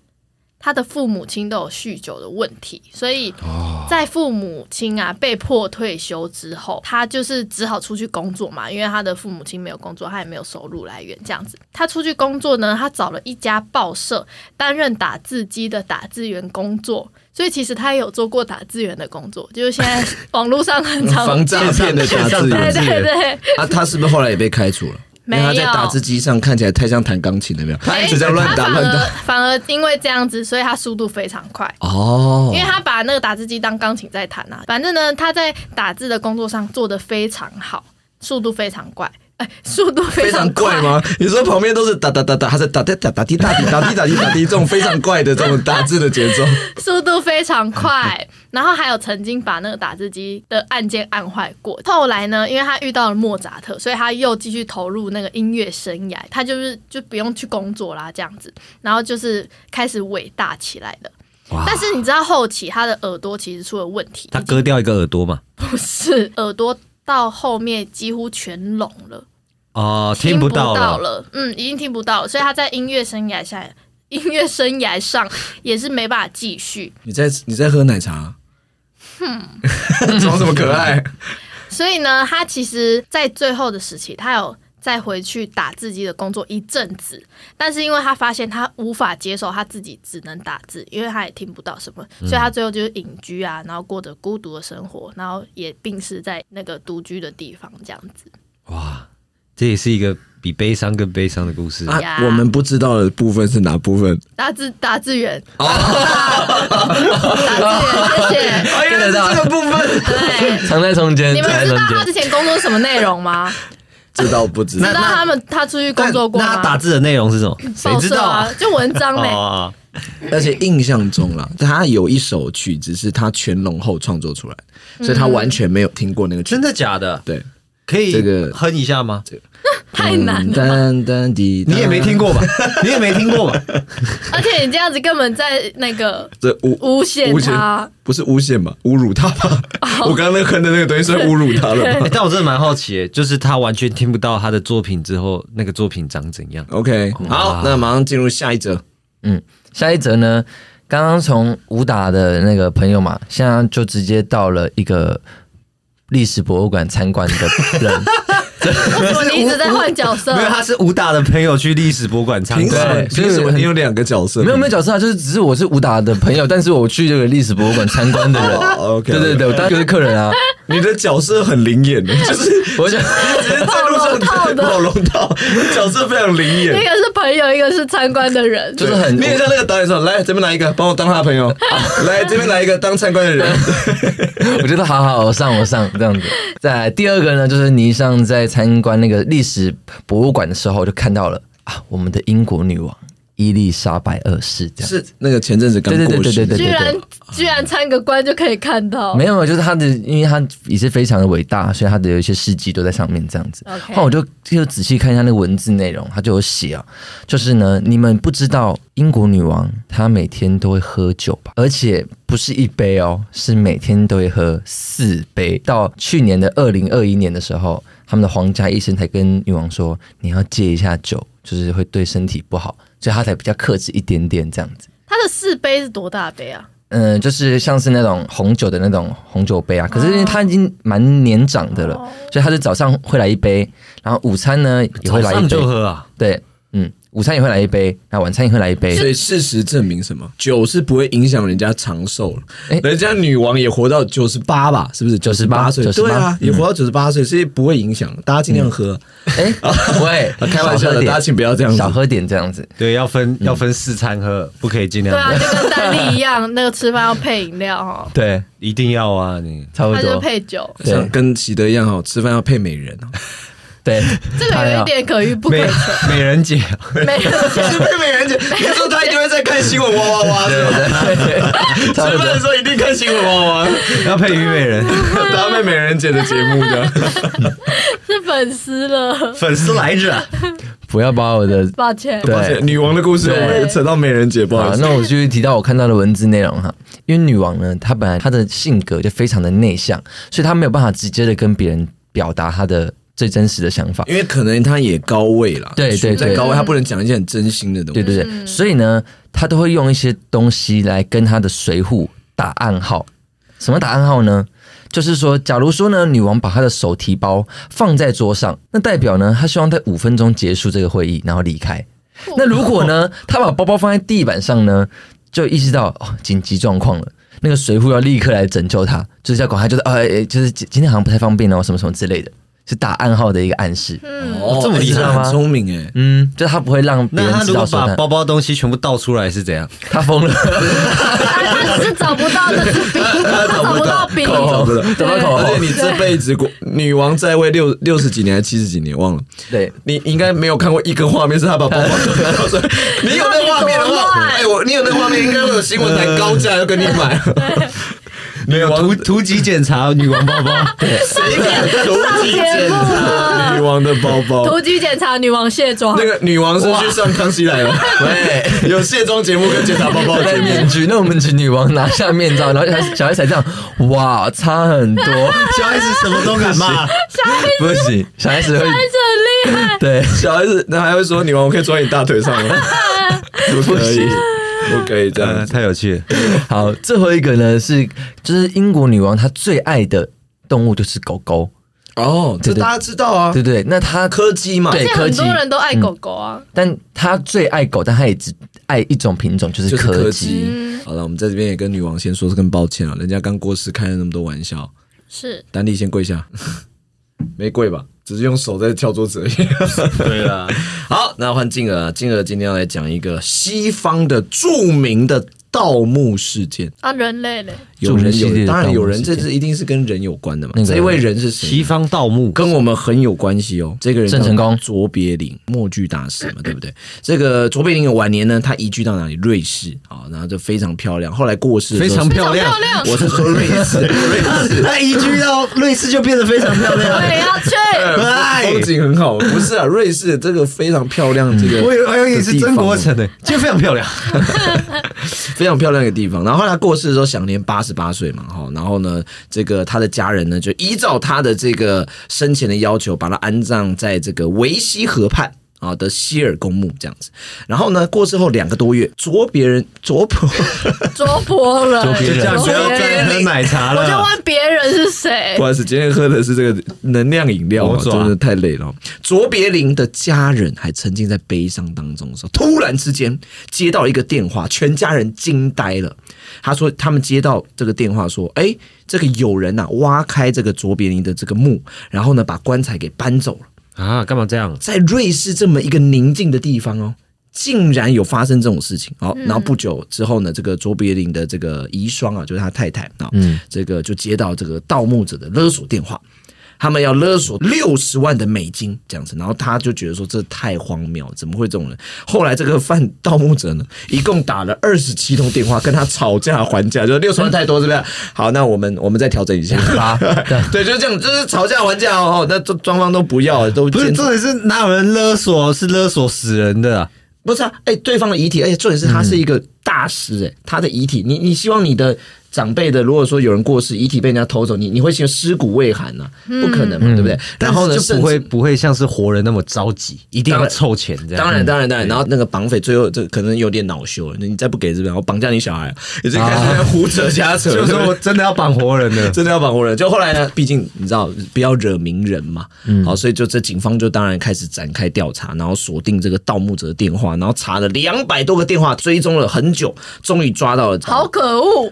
[SPEAKER 4] 他的父母亲都有酗酒的问题，所以
[SPEAKER 1] 哦
[SPEAKER 4] 在父母亲啊被迫退休之后，他就是只好出去工作嘛，因为他的父母亲没有工作，他也没有收入来源这样子。他出去工作呢，他找了一家报社担任打字机的打字员工作。所以其实他也有做过打字员的工作，就是现在网络上很常
[SPEAKER 1] 防 诈嗯骗的打字
[SPEAKER 4] 对
[SPEAKER 1] 员
[SPEAKER 4] 对 对，
[SPEAKER 1] 啊，他是不是后来也被开除了？因
[SPEAKER 4] 没
[SPEAKER 1] 为
[SPEAKER 4] 有
[SPEAKER 1] 他在打字机上看起来太像弹钢琴了，没有？他
[SPEAKER 4] 哎
[SPEAKER 1] 一直在乱打
[SPEAKER 4] 他反
[SPEAKER 1] 乱打
[SPEAKER 4] 而。反而因为这样子，所以他速度非常快。
[SPEAKER 1] 哦，
[SPEAKER 4] 因为他把那个打字机当钢琴在弹啊，反正呢，他在打字的工作上做得非常好，速度非常快， 哎，速度非
[SPEAKER 1] 非常怪
[SPEAKER 4] 快？
[SPEAKER 1] 吗？你说旁边都是哒哒哒哒，他在哒哒哒哒滴哒滴哒滴哒滴哒滴这种非常怪的这种打字的节奏。
[SPEAKER 4] 速度非常 快，然后还有曾经把那个打字机的按键按坏过。后来呢，因为他遇到了莫扎特，所以他又继续投入那个音乐生涯，他就是就不用去工作啦，这样子，然后就是开始伟大起来的。但是你知道后期他的耳朵其实出了问题，
[SPEAKER 6] 他割掉一个耳朵嘛？
[SPEAKER 4] 不是耳朵到后面几乎全聋了。
[SPEAKER 6] 哦，
[SPEAKER 4] 嗯听
[SPEAKER 6] 不
[SPEAKER 4] 到
[SPEAKER 6] 到了。
[SPEAKER 4] 了，嗯，已经听不到了，所以他在音乐生涯下，音乐生涯上也是没办法继续。
[SPEAKER 1] 你在你在喝奶茶？哼，装什么可爱？
[SPEAKER 4] 所以呢，他其实在最后的时期，他有再回去打字机的工作一阵子，但是因为他发现他无法接受他自己只能打字，因为他也听不到什么，所以他最后就是隐居啊，然后过着孤独的生活，然后也病逝在那个独居的地方这样子。
[SPEAKER 5] 哇，这也是一个比悲伤更悲伤的故事。
[SPEAKER 1] 啊
[SPEAKER 4] 呀
[SPEAKER 1] 我们不知道的部分是哪部分？
[SPEAKER 4] 打字打字员， 打字员，谢谢。
[SPEAKER 3] 看得到
[SPEAKER 5] 哎这个部分，
[SPEAKER 4] 对，
[SPEAKER 3] 藏在中间，
[SPEAKER 4] 你
[SPEAKER 3] 藏
[SPEAKER 4] 们
[SPEAKER 3] 在
[SPEAKER 4] 知
[SPEAKER 3] 中
[SPEAKER 4] 道他
[SPEAKER 3] 间。
[SPEAKER 4] 之前工作什么内容 吗？
[SPEAKER 1] 知道不知
[SPEAKER 4] 知
[SPEAKER 1] 道？
[SPEAKER 4] 道他们他出去工作过
[SPEAKER 5] 那
[SPEAKER 4] 吗
[SPEAKER 5] 他？打字的内容是什么？谁
[SPEAKER 4] 报
[SPEAKER 5] 知
[SPEAKER 4] 社
[SPEAKER 5] 道啊
[SPEAKER 4] 啊？？就文章
[SPEAKER 5] 哦
[SPEAKER 4] 呢？
[SPEAKER 5] 哦，
[SPEAKER 1] 而且印象中啦，他有一首曲子是他全龙后创作出来的，所以他完全没有听过那个曲
[SPEAKER 5] 真
[SPEAKER 1] 子。
[SPEAKER 5] 的假的？
[SPEAKER 1] 对，
[SPEAKER 5] 可以
[SPEAKER 1] 这个
[SPEAKER 5] 哼一下吗？
[SPEAKER 4] 太难了。
[SPEAKER 1] 噔噔滴，
[SPEAKER 5] 你也没听
[SPEAKER 1] 过，
[SPEAKER 5] 过 吧？你也没听过吧？
[SPEAKER 4] 而且你这样子根本在那个
[SPEAKER 1] 这诬
[SPEAKER 4] 诬陷
[SPEAKER 1] 诬陷
[SPEAKER 4] 他，
[SPEAKER 1] 不是诬陷吧？侮辱他 吧？
[SPEAKER 4] 哦
[SPEAKER 1] 我刚刚那哼的那个东西算侮辱他了吧
[SPEAKER 5] 欸但我真的蛮好奇耶，就是他完全听不到他的作品之后，那个作品长怎样？
[SPEAKER 1] ？OK，好，那马上进入下一则。
[SPEAKER 3] 下一则呢，刚刚从武打的那个朋友嘛，现在就直接到了一个历史博物馆参观的人，
[SPEAKER 4] 为什么你 一直在换角色
[SPEAKER 5] 没？有，他是武打的朋友去历史博物馆参
[SPEAKER 1] 凭什
[SPEAKER 5] 观。
[SPEAKER 1] 么？
[SPEAKER 3] 对所以
[SPEAKER 1] 凭什么
[SPEAKER 3] 很
[SPEAKER 1] 你有两个角色？
[SPEAKER 3] 没有没有角色啊，就是只是我是武打的朋友，但是我去这个历史博物馆参观的人。
[SPEAKER 1] 哦，OK，
[SPEAKER 3] 对对对，我当然就是客人啊，
[SPEAKER 1] 你的角色很灵眼的，就是
[SPEAKER 3] 我就
[SPEAKER 1] 在路上跑龙套，角色非常灵
[SPEAKER 4] 一
[SPEAKER 1] 眼。
[SPEAKER 4] 个是朋友，一个是参观的人。
[SPEAKER 3] 就是很
[SPEAKER 1] 你也像那个导演说：“来这边来一个，帮我当他的朋友；来这边来一个当参观的人。
[SPEAKER 3] 我觉得好好，我上我上这样子。再来第二个呢，就是倪尚在参观那个历史博物馆的时候，就看到了啊，我们的英国女王伊丽莎白二世这”样。
[SPEAKER 1] 是那个前阵子刚
[SPEAKER 3] 对对
[SPEAKER 1] 过
[SPEAKER 3] 对
[SPEAKER 1] 世
[SPEAKER 3] 对对
[SPEAKER 1] 的，
[SPEAKER 4] 居
[SPEAKER 3] 对
[SPEAKER 4] 然居然参个观就可以看到，
[SPEAKER 3] 没有，就是他的，因为他也是非常的伟大，所以他的有一些事迹都在上面这样子。
[SPEAKER 4] OK
[SPEAKER 3] 后来我就就仔细看一下那个文字内容，他就有写啊，就是呢，你们不知道英国女王她每天都会喝酒吧，而且不是一杯哦，是每天都会喝四杯。到去年的二零二一年的时候，他们的皇家医生才跟女王说，你要戒一下酒，就是会对身体不好，所以她才比较克制一点点这样子。
[SPEAKER 4] 他的四杯是多大杯啊？
[SPEAKER 3] 嗯，就是像是那种红酒的那种红酒杯啊，可是
[SPEAKER 4] 哦
[SPEAKER 3] 因为他已经蛮年长的了，所以他是早上会来一杯，然后午餐呢也会
[SPEAKER 5] 早
[SPEAKER 3] 来一
[SPEAKER 5] 上就
[SPEAKER 3] 杯，
[SPEAKER 5] 喝啊，
[SPEAKER 3] 对，嗯，午餐也会来一杯，然后晚餐也会来一杯
[SPEAKER 1] 所，以事实证明什么？酒是不会影响人家长寿
[SPEAKER 3] 哎
[SPEAKER 1] 人家女王也活到九十八吧，是不是？
[SPEAKER 3] 98
[SPEAKER 1] 岁，嗯
[SPEAKER 3] 98
[SPEAKER 1] 对啊，
[SPEAKER 3] 嗯
[SPEAKER 1] 也活到九十八岁，所以不会影响。大家尽量喝，
[SPEAKER 3] 哎、喂，
[SPEAKER 1] 开玩笑
[SPEAKER 3] 少喝
[SPEAKER 1] 的，
[SPEAKER 3] 点
[SPEAKER 1] 大家请不要这样子
[SPEAKER 3] 少。喝点这样子，
[SPEAKER 5] 对，要分要分四餐喝，不可以尽
[SPEAKER 4] 对
[SPEAKER 5] 量
[SPEAKER 4] 啊，
[SPEAKER 5] 喝，
[SPEAKER 4] 就跟丹丽一样，那个吃饭要配饮料哦，
[SPEAKER 3] 对，
[SPEAKER 5] 一定要啊！你
[SPEAKER 3] 差不
[SPEAKER 4] 他就
[SPEAKER 3] 多，
[SPEAKER 4] 配酒，
[SPEAKER 3] 对
[SPEAKER 1] 像跟喜德一样哦，吃饭要配美人 哦，
[SPEAKER 3] 对，
[SPEAKER 4] 这个有一点可遇不可
[SPEAKER 5] 美
[SPEAKER 4] 求。
[SPEAKER 5] 美人姐，
[SPEAKER 4] 没有，
[SPEAKER 1] 配美人姐，你说他一定会在看新闻哇哇哇，是吧？
[SPEAKER 3] 对，哎差不多。
[SPEAKER 1] 时候一定看新闻哇哇，
[SPEAKER 5] 要配虞美人，
[SPEAKER 1] 搭配美人姐的节目的。
[SPEAKER 4] 是粉丝了，
[SPEAKER 5] 粉丝来着，
[SPEAKER 3] 不要把我的
[SPEAKER 4] 抱歉。
[SPEAKER 3] 对
[SPEAKER 1] 抱歉，女王的故事我们扯到美人姐，不好
[SPEAKER 3] 好
[SPEAKER 1] 意，思。
[SPEAKER 3] 那我就提到我看到的文字内容哈，因为女王呢，她本来她的性格就非常的内向，所以她没有办法直接的跟别人表达她的最真实的想法。
[SPEAKER 1] 因为可能她也高位了，
[SPEAKER 3] 对对
[SPEAKER 1] 在
[SPEAKER 3] 对
[SPEAKER 1] 高位她不能讲一些很真心的东西。
[SPEAKER 3] 对对对，所以呢，她都会用一些东西来跟她的随扈打暗号。什么打暗号呢？就是说，假如说呢，女王把她的手提包放在桌上，那代表呢，她希望在五分钟结束这个会议，然后离开。那如果呢，她把包包放在地板上呢，就意识到哦，紧急状况了。那个水户要立刻来拯救她，就是要管她，就是呃、哎就是今今天好像不太方便哦，什么什么之类的，是打暗号的一个暗示。
[SPEAKER 1] 哦，
[SPEAKER 5] 这么厉害
[SPEAKER 1] 真的
[SPEAKER 3] 吗
[SPEAKER 1] 很聪明 哎。
[SPEAKER 3] 嗯，就她不会让别
[SPEAKER 5] 那
[SPEAKER 3] 人
[SPEAKER 5] 他
[SPEAKER 3] 知
[SPEAKER 5] 如
[SPEAKER 3] 道
[SPEAKER 5] 果
[SPEAKER 3] 说
[SPEAKER 5] 把
[SPEAKER 3] 她
[SPEAKER 5] 包包东西全部倒出来是怎样？
[SPEAKER 3] 她疯了。
[SPEAKER 4] 他只是找不 到那支笔，他找不到笔，
[SPEAKER 1] 口红，
[SPEAKER 3] 怎么口红
[SPEAKER 1] 而且你这辈子国女王在位六六十几年还七十几年，忘了。
[SPEAKER 3] 对，
[SPEAKER 1] 你应该没有看过一个画面是她把包包倒 出来。你有那画面的话，哎，我你有那画面，应该会有新闻台高价要跟你 买。
[SPEAKER 5] 没有突突击检查女王包包，
[SPEAKER 1] 谁敢突击
[SPEAKER 4] 节目
[SPEAKER 1] 检查
[SPEAKER 4] 了
[SPEAKER 1] 女王的包包
[SPEAKER 4] 突？击检查女王卸妆
[SPEAKER 1] 那。个女王是去上康熙来 了，
[SPEAKER 3] 喂。
[SPEAKER 1] 有卸妆节目跟检查包包的
[SPEAKER 3] 戴
[SPEAKER 1] 节目。
[SPEAKER 3] 面具，那我们请女王拿下面罩，然后小孩小孩才这样，哇，差很多，
[SPEAKER 5] 小孩子什么都敢骂，
[SPEAKER 3] 不行，小孩子会
[SPEAKER 4] 这很厉害，
[SPEAKER 3] 对，
[SPEAKER 1] 小孩子那还会说女王，我可以坐在你大腿上吗？不可以，不可以这样
[SPEAKER 5] 呃，
[SPEAKER 1] 子。
[SPEAKER 5] 太有趣了。
[SPEAKER 3] 好，最后一个呢是，就是英国女王她最爱的动物就是狗狗，
[SPEAKER 1] 哦，这
[SPEAKER 3] 对对
[SPEAKER 1] 大家知道啊，
[SPEAKER 3] 对不对？那他
[SPEAKER 1] 柯基嘛，
[SPEAKER 3] 对
[SPEAKER 4] 现在很
[SPEAKER 3] 柯
[SPEAKER 4] 多
[SPEAKER 3] 基
[SPEAKER 4] 人都爱狗狗啊，
[SPEAKER 3] 但他最爱狗，但他也只爱一种品种，就是
[SPEAKER 1] 就是柯
[SPEAKER 3] 柯
[SPEAKER 1] 基
[SPEAKER 3] 基。
[SPEAKER 4] 嗯
[SPEAKER 1] 好了，我们在这边也跟女王先说声抱歉了，人家刚过世开了那么多玩笑。
[SPEAKER 4] 是
[SPEAKER 1] 丹丽先跪下， 没跪吧？只是用手在跳桌子而已。
[SPEAKER 5] 对
[SPEAKER 3] 啊
[SPEAKER 5] 啦，
[SPEAKER 1] 好，那换静儿啊，静儿今天要来讲一个西方的著名的盗墓事件。
[SPEAKER 4] 啊，人类嘞，
[SPEAKER 1] 有人
[SPEAKER 3] 著名系列
[SPEAKER 1] 有，
[SPEAKER 3] 的
[SPEAKER 1] 当然有人，
[SPEAKER 3] 盗墓
[SPEAKER 1] 这
[SPEAKER 3] 事件
[SPEAKER 1] 是一定是跟人有关的嘛。
[SPEAKER 3] 那个
[SPEAKER 1] 这位人是谁？
[SPEAKER 5] 西方盗墓
[SPEAKER 1] 跟我们很有关系哦。这个人叫
[SPEAKER 3] 郑成功
[SPEAKER 1] 卓别林，默剧大师嘛，对不对？这个卓别林的晚年呢，他移居到哪里？瑞士啊，然后就非常漂亮。后来过世的
[SPEAKER 5] 非
[SPEAKER 1] 时候
[SPEAKER 5] 常
[SPEAKER 1] 是，
[SPEAKER 5] 漂亮，
[SPEAKER 4] 漂亮，
[SPEAKER 1] 我是说瑞 士，瑞士。
[SPEAKER 5] 他移居到瑞士就变得非常 漂亮。
[SPEAKER 4] 我也要 去，
[SPEAKER 5] 哎
[SPEAKER 1] 风景很好，不是啊？瑞士这个非常漂亮，这个
[SPEAKER 5] 我以为我以为你是曾国城呢，就非常漂亮。
[SPEAKER 1] 非常漂亮一个地方。然后后来他过世的时候，享年八十八岁嘛，哈。然后呢，这个他的家人呢，就依照他的这个生前的要求，把他安葬在这个维希河畔。啊的希尔公墓这样子，然后呢，过世后两个多月，卓别人卓普
[SPEAKER 4] 捉波了，
[SPEAKER 3] 捉别
[SPEAKER 5] 就
[SPEAKER 3] 人
[SPEAKER 5] 这样，
[SPEAKER 4] 捉
[SPEAKER 5] 不
[SPEAKER 4] 别
[SPEAKER 5] 要
[SPEAKER 4] 人
[SPEAKER 5] 再喝奶茶
[SPEAKER 4] 我就
[SPEAKER 5] 了。
[SPEAKER 4] 问别人是 谁
[SPEAKER 1] 不，好意思，今天喝的是这个能量饮料、哦，
[SPEAKER 5] 我
[SPEAKER 1] 真
[SPEAKER 5] 抓
[SPEAKER 1] 的太累了哦。卓别林的家人还沉浸在悲伤当中的时候，突然之间接到一个电话，全家人惊呆了。他说，他们接到这个电话说，哎，这个有人呐、挖开这个卓别林的这个墓，然后呢把棺材给搬走了。
[SPEAKER 5] 啊，干嘛这样？
[SPEAKER 1] 在瑞士这么一个宁静的地方哦，竟然有发生这种事情。哦
[SPEAKER 5] 嗯
[SPEAKER 1] 好，然后不久之后呢，这个卓别林的这个遗孀啊，就是他太太啊，
[SPEAKER 3] 嗯
[SPEAKER 1] 这个就接到这个盗墓者的勒索电话。他们要勒索六十万的美金这样子，然后他就觉得说这太荒谬，怎么会这种人？后来这个犯盗墓者呢，一共打了二十七通电话跟他吵架还价，就是六十万太多，是不是？好，那我们我们再调整一下。
[SPEAKER 3] 啊，
[SPEAKER 1] 对，就是这样，就是吵架还价哦，哦那这双方都不要，都
[SPEAKER 5] 不是，
[SPEAKER 1] 坚持
[SPEAKER 5] 重点是哪有人勒索是勒索死人的啊？
[SPEAKER 1] 不是啊，哎、对方的遗体，而且重点是他是一个大师、
[SPEAKER 5] 嗯
[SPEAKER 1] 哎、他的遗体，你你希望你的长辈的，如果说有人过世，遗体被人家偷走，你你会觉得尸骨未寒呐、不可能嘛，对不对？然后呢，
[SPEAKER 5] 嗯但是就不会
[SPEAKER 1] 甚至。
[SPEAKER 5] 不会像是活人那么着急，一定要凑钱这样。嗯
[SPEAKER 1] 当然，当然，当然。然后那个绑匪最后这可能有点恼羞了，你再不给是不是？我绑架你小孩，已经开始在胡扯瞎扯。
[SPEAKER 5] 啊 就是说我真的要绑活人 的，
[SPEAKER 1] 真的要绑活人。就后来呢，毕竟你知道不要惹名人嘛，好，所以就这警方就当然开始展开调查，然后锁定这个盗墓者的电话，然后查了两百多个电话，追踪了很久，终于抓到了。
[SPEAKER 4] 好，可恶，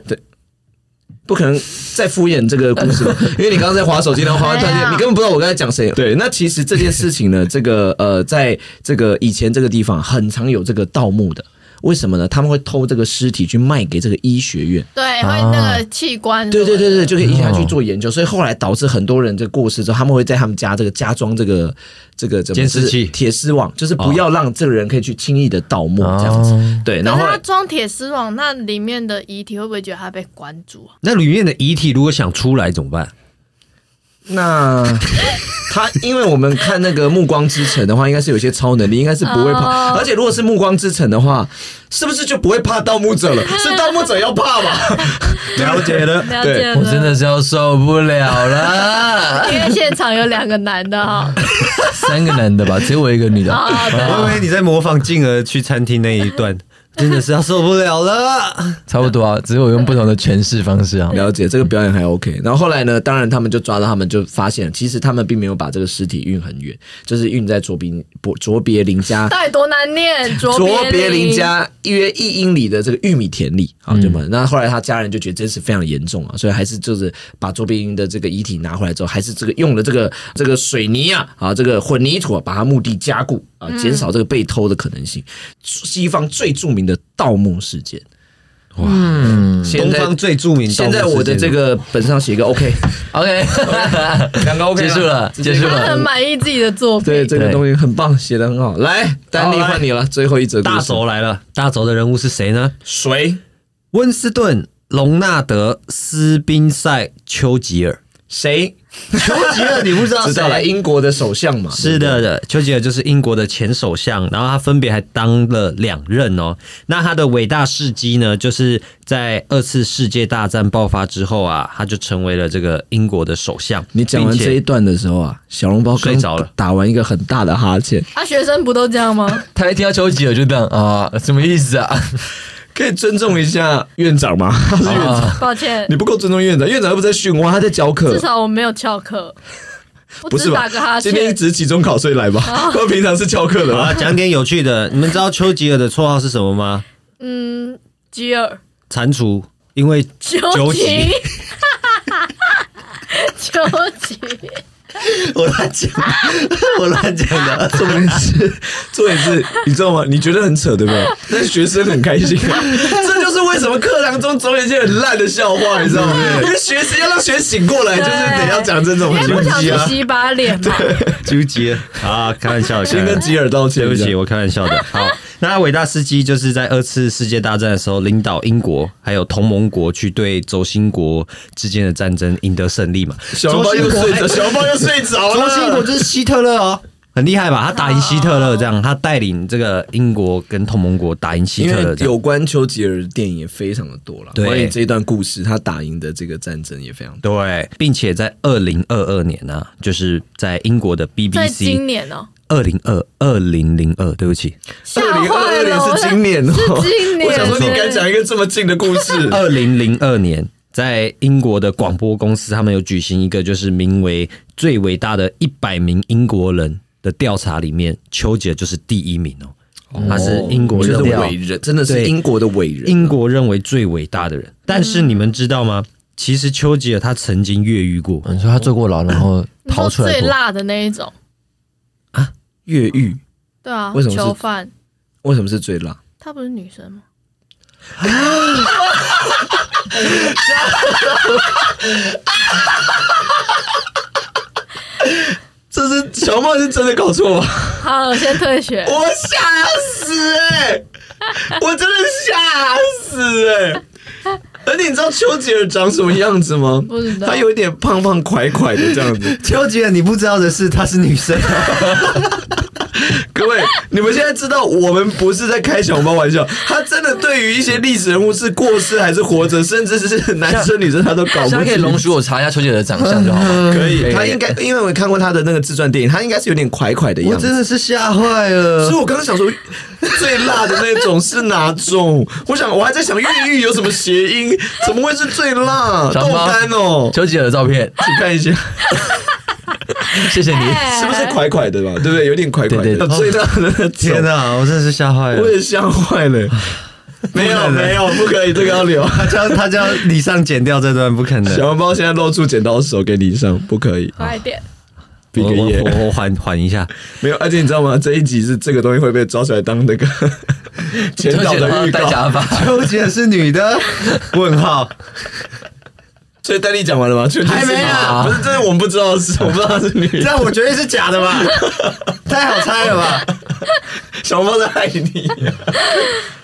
[SPEAKER 1] 不可能再敷衍这个故事吧，因为你刚刚在划手机，然后划完断
[SPEAKER 4] 哎
[SPEAKER 1] 线，
[SPEAKER 4] 呀
[SPEAKER 1] 你根本不知道我刚才讲谁。对，那其实这件事情呢，这个呃，在这个以前这个地方很常有这个盗墓的。为什么呢？他们会偷这个尸体去卖给这个医学院，
[SPEAKER 4] 对，会那个器官，
[SPEAKER 1] 对对对对，就可以一下去
[SPEAKER 3] 哦
[SPEAKER 1] 做研究，所以后来导致很多人这过世之后，他们会在他们家这个加装这个这个怎么
[SPEAKER 5] 监视器哦
[SPEAKER 1] 铁丝网，就是不要让这个人可以去轻易的盗墓
[SPEAKER 3] 哦
[SPEAKER 1] 这样子。对，然
[SPEAKER 4] 可
[SPEAKER 1] 后
[SPEAKER 4] 是
[SPEAKER 1] 后来
[SPEAKER 4] 他装铁丝网，那里面的遗体会不会觉得他被关住啊？
[SPEAKER 5] 那里面的遗体如果想出来怎么办？
[SPEAKER 1] 那他因为我们看那个《暮光之城》的话，应该是有一些超能力，应该是不会怕。
[SPEAKER 4] 哦
[SPEAKER 1] 而且如果是《暮光之城》的话，是不是就不会怕盗墓者了？是盗墓者要怕吧？
[SPEAKER 5] 了解了，
[SPEAKER 4] 了解了，
[SPEAKER 3] 我真的是要受不了 了。
[SPEAKER 4] 因为现场有两个男的哈，
[SPEAKER 3] 三个男的吧，只有我一个女的。
[SPEAKER 4] 啊，
[SPEAKER 5] 我以为你在模仿静儿去餐厅那一段， 真的是要受不了了。
[SPEAKER 3] 差不多啊，只是我用不同的诠释方式啊。
[SPEAKER 1] 了解，这个表演还 OK。然后后来呢，当然他们就抓到他们，就发现其实他们并没有把这个尸体运很远，就是运在卓别卓卓别林家。
[SPEAKER 4] 到底多难念？卓
[SPEAKER 1] 卓别
[SPEAKER 4] 别
[SPEAKER 1] 林
[SPEAKER 4] 林，
[SPEAKER 1] 家约一英里的这个玉米田里，好，对吗？那后来他家人就觉得这是非常严重啊，所以还是就是把卓别林的这个遗体拿回来之后，还是这个用了这个这个水泥啊啊这个混凝土啊，把它墓地加固啊，减少这个被偷的可能性。西方最著名的盗墓事件，
[SPEAKER 3] 嗯
[SPEAKER 1] 现
[SPEAKER 5] 东
[SPEAKER 1] 在
[SPEAKER 5] 方最著名盗墓事件，
[SPEAKER 1] 现在我的这个本上写一个 OK。
[SPEAKER 3] ，OK，
[SPEAKER 1] 两个 OK
[SPEAKER 3] 结束了结束
[SPEAKER 4] 他
[SPEAKER 3] 了
[SPEAKER 4] 很满意自己的作品，
[SPEAKER 1] 对，这个东西很棒，写的很好。来，丹尼
[SPEAKER 5] 好来
[SPEAKER 1] 换你了，最后一则故事
[SPEAKER 5] 大轴来了。大轴的人物是谁呢？
[SPEAKER 1] 谁？
[SPEAKER 5] 温斯顿·隆纳德·斯宾塞·丘吉尔。
[SPEAKER 1] 谁
[SPEAKER 5] 丘吉尔，你不知道
[SPEAKER 1] 知道来英国的首相嘛？
[SPEAKER 5] 是的，的丘吉尔就是英国的前首相，然后他分别还当了两任哦。那他的伟大事迹呢，就是在二次世界大战爆发之后啊，他就成为了这个英国的首相。
[SPEAKER 1] 你讲完
[SPEAKER 5] 并且
[SPEAKER 1] 这一段的时候啊，小笼包刚
[SPEAKER 5] 睡着了
[SPEAKER 1] 打完一个很大的哈欠。
[SPEAKER 4] 啊，学生不都这 样吗？
[SPEAKER 3] 他一听到丘吉尔就这样啊，什么意思啊？
[SPEAKER 1] 可以尊重一下院长 吗？他是院长，
[SPEAKER 3] 啊
[SPEAKER 4] 抱歉，
[SPEAKER 1] 你不够尊重院长，院长又不在训话，他在教课
[SPEAKER 4] 至。少我没有翘课，我
[SPEAKER 1] 不
[SPEAKER 4] 只
[SPEAKER 1] 是
[SPEAKER 4] 打
[SPEAKER 1] 吧
[SPEAKER 4] 个哈？欠
[SPEAKER 1] 今。天一直期中考所以来吧，我平常是翘课的
[SPEAKER 5] 好
[SPEAKER 1] 吧
[SPEAKER 5] 啊，？讲点有趣的。你们知道丘吉尔的绰号是什么吗？
[SPEAKER 4] 嗯，吉尔，
[SPEAKER 5] 蟾蜍，因为
[SPEAKER 4] 九级
[SPEAKER 5] 级，
[SPEAKER 4] 九级，
[SPEAKER 1] 啊
[SPEAKER 5] 我乱讲，我乱讲的。
[SPEAKER 1] 重点是，重点是，你知道吗？你觉得很扯，对不对？但学生很开 心啊，这就是为什么课堂中总有一些很烂的笑话，你知道吗？因为学习要让学醒过来，就是得要讲这种
[SPEAKER 4] 因为
[SPEAKER 1] 纠
[SPEAKER 4] 不哎想
[SPEAKER 1] 结
[SPEAKER 4] 去
[SPEAKER 1] 啊。
[SPEAKER 4] 洗把脸嘛。
[SPEAKER 5] 纠结啊，开玩笑的，
[SPEAKER 1] 先跟吉尔道歉，
[SPEAKER 5] 对不
[SPEAKER 1] 这
[SPEAKER 5] 起，
[SPEAKER 1] 样，
[SPEAKER 5] 我开玩笑 的。好，那伟大司机就是在二次世界大战的时候，领导英国还有同盟国去对轴心国之间的战争赢得胜利嘛。
[SPEAKER 1] 小笼包又睡着，小笼包又睡着
[SPEAKER 5] 轴心国
[SPEAKER 1] 了。
[SPEAKER 5] 就是希特勒哦。很厉害吧？他打赢希特勒，这样他带领这个英国跟同盟国打赢希
[SPEAKER 1] 因
[SPEAKER 5] 特
[SPEAKER 1] 为
[SPEAKER 5] 勒，这样
[SPEAKER 1] 有关丘吉尔的电影也非常的多了，
[SPEAKER 5] 对
[SPEAKER 1] 关于这一段故事，他打赢的这个战争也非常多。
[SPEAKER 5] 对，并且在二零二二年啊，就是在英国的
[SPEAKER 4] 在
[SPEAKER 5] BBC
[SPEAKER 4] 今年 哦，
[SPEAKER 5] 二零二二零零二，对不起，
[SPEAKER 4] 吓
[SPEAKER 1] 二零
[SPEAKER 4] 坏
[SPEAKER 1] 二
[SPEAKER 4] 了，
[SPEAKER 1] 二
[SPEAKER 4] 我
[SPEAKER 1] 年是今年哦，
[SPEAKER 4] 是今年
[SPEAKER 1] 我想说你敢讲一个这么近的故事，
[SPEAKER 5] 二零零二年，在英国的广播公司，他们有举行一个就是名为“最伟大的一百名英国人”的调查，里面丘吉尔就是第一名哦，他是英国
[SPEAKER 1] 就
[SPEAKER 5] 人
[SPEAKER 1] 是
[SPEAKER 5] 调
[SPEAKER 1] 伟人，真的是
[SPEAKER 5] 对
[SPEAKER 1] 英国的伟人啊，
[SPEAKER 5] 英国认为最伟大的人。但是你们知道吗？其实丘吉尔他曾经越狱过，
[SPEAKER 3] 你说 他坐过牢，然后
[SPEAKER 4] 你
[SPEAKER 3] 逃
[SPEAKER 4] 说
[SPEAKER 3] 出来
[SPEAKER 4] 最
[SPEAKER 3] 过，
[SPEAKER 4] 辣的那一种，
[SPEAKER 1] 越狱
[SPEAKER 4] 对啊，
[SPEAKER 1] 为什么是
[SPEAKER 4] 囚犯？
[SPEAKER 1] 为什么是最辣？
[SPEAKER 4] 她不是女生 吗？
[SPEAKER 1] 这是小帽是真的搞错吧？
[SPEAKER 4] 好，我先退学。
[SPEAKER 1] 我吓死哎、我真的吓死哎、而且你知道丘吉尔长什么样子吗？
[SPEAKER 4] 不知道
[SPEAKER 1] 他有一点胖胖块块的这样 子。
[SPEAKER 5] 丘吉尔你不知道的是她是女生，
[SPEAKER 1] 各位，你们现在知道我们不是在开小猫玩笑，他真的对于一些历史人物是过世还是活着，甚至是男生女生他都搞不
[SPEAKER 3] 现在可以
[SPEAKER 1] 清。
[SPEAKER 3] 容许我查一下丘吉尔的长相就好了。
[SPEAKER 1] 可
[SPEAKER 5] 哎
[SPEAKER 1] 以，他应该因为我看过他的那个自传电影，他应该是有点块块的样
[SPEAKER 5] 我
[SPEAKER 1] 子
[SPEAKER 5] 真。的是吓坏了
[SPEAKER 1] 所以。我刚刚想说，最辣的那种是哪种？我想我还在想越狱有什么谐音，怎么会是最辣？
[SPEAKER 3] 小
[SPEAKER 1] 豆
[SPEAKER 3] 猫
[SPEAKER 1] 干哦，
[SPEAKER 3] 丘吉尔的照片，
[SPEAKER 1] 请看一下，
[SPEAKER 3] 谢 谢你。
[SPEAKER 1] 是不是
[SPEAKER 4] 哎
[SPEAKER 1] 块块的吧？对不对？有点块块
[SPEAKER 3] 对
[SPEAKER 1] 的
[SPEAKER 3] 对，
[SPEAKER 1] 最辣的那
[SPEAKER 5] 天
[SPEAKER 1] 种，
[SPEAKER 5] 哪，我真的是吓坏了
[SPEAKER 1] 啊我。也吓坏了。没有没有，不可以，这个要留。
[SPEAKER 5] 他叫他叫李尚剪掉这段，不可能。
[SPEAKER 1] 小红包现在露出剪刀手给你上，不可以，
[SPEAKER 4] 快点！
[SPEAKER 1] 比
[SPEAKER 5] 我
[SPEAKER 1] 个
[SPEAKER 5] 我
[SPEAKER 1] 耶。
[SPEAKER 5] 我我缓缓一下。
[SPEAKER 1] 没有，而且你知道吗？这一集是这个东西会被抓出来当 那个前
[SPEAKER 3] 丘
[SPEAKER 1] 导
[SPEAKER 3] 吉
[SPEAKER 1] 的
[SPEAKER 3] 尔
[SPEAKER 1] 预
[SPEAKER 3] 戴
[SPEAKER 1] 告。
[SPEAKER 3] 假发，
[SPEAKER 5] 丘吉尔是女 的？问号。
[SPEAKER 1] 所以丹妮讲完了吗？确定是
[SPEAKER 5] 还没啊
[SPEAKER 1] 不是，这是我们不知道的 事，我不知道她是女的。
[SPEAKER 5] 那我绝对是假的 吧？太好猜了吧？
[SPEAKER 1] 小猫在爱你、啊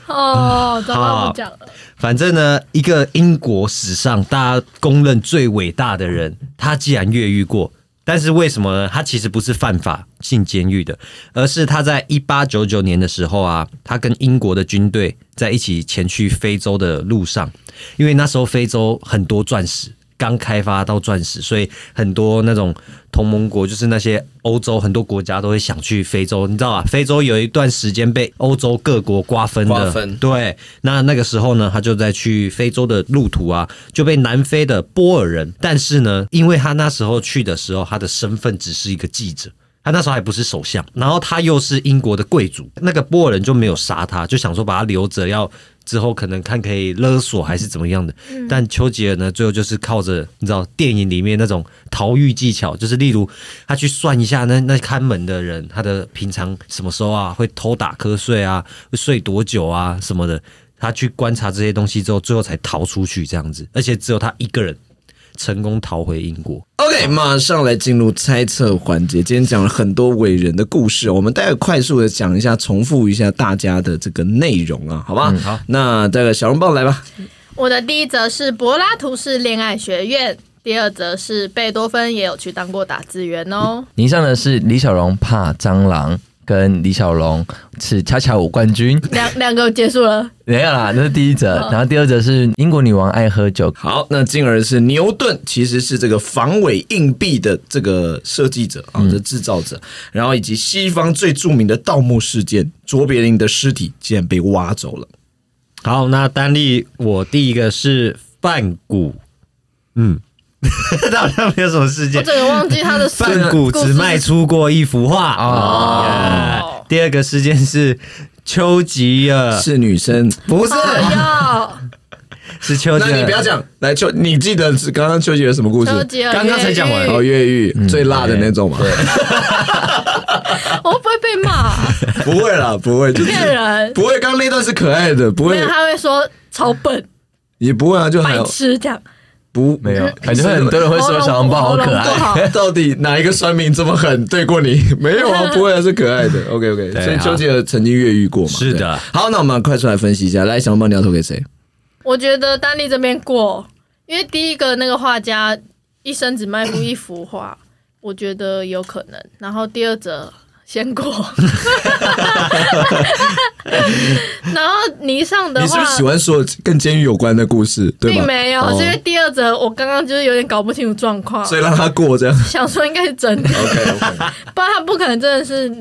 [SPEAKER 4] 哦，糟糕，
[SPEAKER 5] 好
[SPEAKER 4] 不讲了。
[SPEAKER 5] 反正呢，一个英国史上大家公认最伟大的人，他既然越狱过，但是为什么呢？他其实不是犯法进监狱的，而是他在一八九九年的时候啊，他跟英国的军队在一起前去非洲的路上，因为那时候非洲很多钻石。刚开发到钻石，所以很多那种同盟国，就是那些欧洲很多国家都会想去非洲，你知道吧？非洲有一段时间被欧洲各国瓜分的，
[SPEAKER 1] 瓜分
[SPEAKER 5] 对，那那个时候呢，他就在去非洲的路途啊，就被南非的波尔人。但是呢，因为他那时候去的时候，他的身份只是一个记者。他那时候还不是首相，然后他又是英国的贵族，那个波尔人就没有杀他，就想说把他留着，要之后可能看可以勒索还是怎么样的。
[SPEAKER 1] 嗯
[SPEAKER 5] 但丘吉尔呢，最后就是靠着你知道电影里面那种逃狱技巧，就是例如他去算一下那那看门的人他的平常什么时候啊会偷打瞌睡啊，会睡多久啊什么的，他去观察这些东西之后，最后才逃出去这样子，而且只有他一个人成功逃回英国。
[SPEAKER 1] OK，马上来进入猜测环节。今天讲了很多伟人的故事，我们待会快速的讲一下，重复一下大家的这个内容啊，好吧？好，那这个小笼包来吧。
[SPEAKER 4] 我的第一则是柏拉图式恋爱学院，第二则是贝多芬也有去当过打字员哦。
[SPEAKER 3] 以上的是李小龙怕蟑螂，跟李小龙是恰恰舞冠 军。
[SPEAKER 4] 两两个结束了，
[SPEAKER 3] 没有啦，那是第一则，
[SPEAKER 4] 哦
[SPEAKER 3] 然后第二则是英国女王爱喝酒。
[SPEAKER 1] 好，那进而是牛顿，其实是这个防伪硬币的这个设计者啊，这制造者，然后以及西方最著名的盗墓事件，卓别林的尸体竟然被挖走了。
[SPEAKER 5] 好，那丹利，我第一个是梵谷，嗯， 好像没有什么事
[SPEAKER 4] 我
[SPEAKER 5] 件。
[SPEAKER 4] 整个忘记他的 事
[SPEAKER 5] 梵谷只卖出过一幅画
[SPEAKER 3] 哦
[SPEAKER 5] 哦。Yeah，第二个事件是丘吉尔，
[SPEAKER 1] 呃是女生，啊
[SPEAKER 5] 不是
[SPEAKER 4] 要
[SPEAKER 5] 是丘吉
[SPEAKER 1] 那
[SPEAKER 5] 尔？
[SPEAKER 1] 你不要讲，来秋，你记得是刚刚秋姐有什么故事？
[SPEAKER 4] 丘吉尔
[SPEAKER 1] 刚刚才讲完，
[SPEAKER 4] 越狱
[SPEAKER 1] 哦，越狱最辣的那种嘛，
[SPEAKER 4] 我会哦不会被骂？ 啊
[SPEAKER 1] 不会啦，不会， 就是
[SPEAKER 4] 骗人
[SPEAKER 1] 不会。刚刚那段是可爱的，不
[SPEAKER 4] 没
[SPEAKER 1] 会
[SPEAKER 4] 有，，他会说超笨、
[SPEAKER 1] 也不会啊，就还
[SPEAKER 4] 白
[SPEAKER 1] 有
[SPEAKER 4] 痴这样。
[SPEAKER 1] 不
[SPEAKER 3] 哎没有， 感觉很多人会
[SPEAKER 4] 喉
[SPEAKER 3] 说
[SPEAKER 4] 咙
[SPEAKER 3] 小笼包好可
[SPEAKER 4] 喉咙不
[SPEAKER 3] 爱。
[SPEAKER 4] 好
[SPEAKER 1] 到底哪一个酸民这么狠对过你？没 有啊，不会啊，是可爱的。OK OK，
[SPEAKER 5] 对啊
[SPEAKER 1] 所以丘吉尔曾经越狱过嘛？
[SPEAKER 5] 是的
[SPEAKER 1] 对。好，那我们快速来分析一下。来，小红帽你要投给谁？
[SPEAKER 4] 我觉得丹立这边过，因为第一个那个画家一生只卖出一幅画，我觉得有可能。然后第二者先过，然后霓裳的
[SPEAKER 1] 你是
[SPEAKER 4] 话
[SPEAKER 1] 不是喜欢说跟监狱有关的故事，对吗？
[SPEAKER 4] 并没有，
[SPEAKER 1] 哦
[SPEAKER 4] 是因为第二者我刚刚就是有点搞不清楚状况，
[SPEAKER 1] 所以让他 过这样。
[SPEAKER 4] 想说应该是真 的，
[SPEAKER 1] OK OK，
[SPEAKER 4] 不然他不可能真的是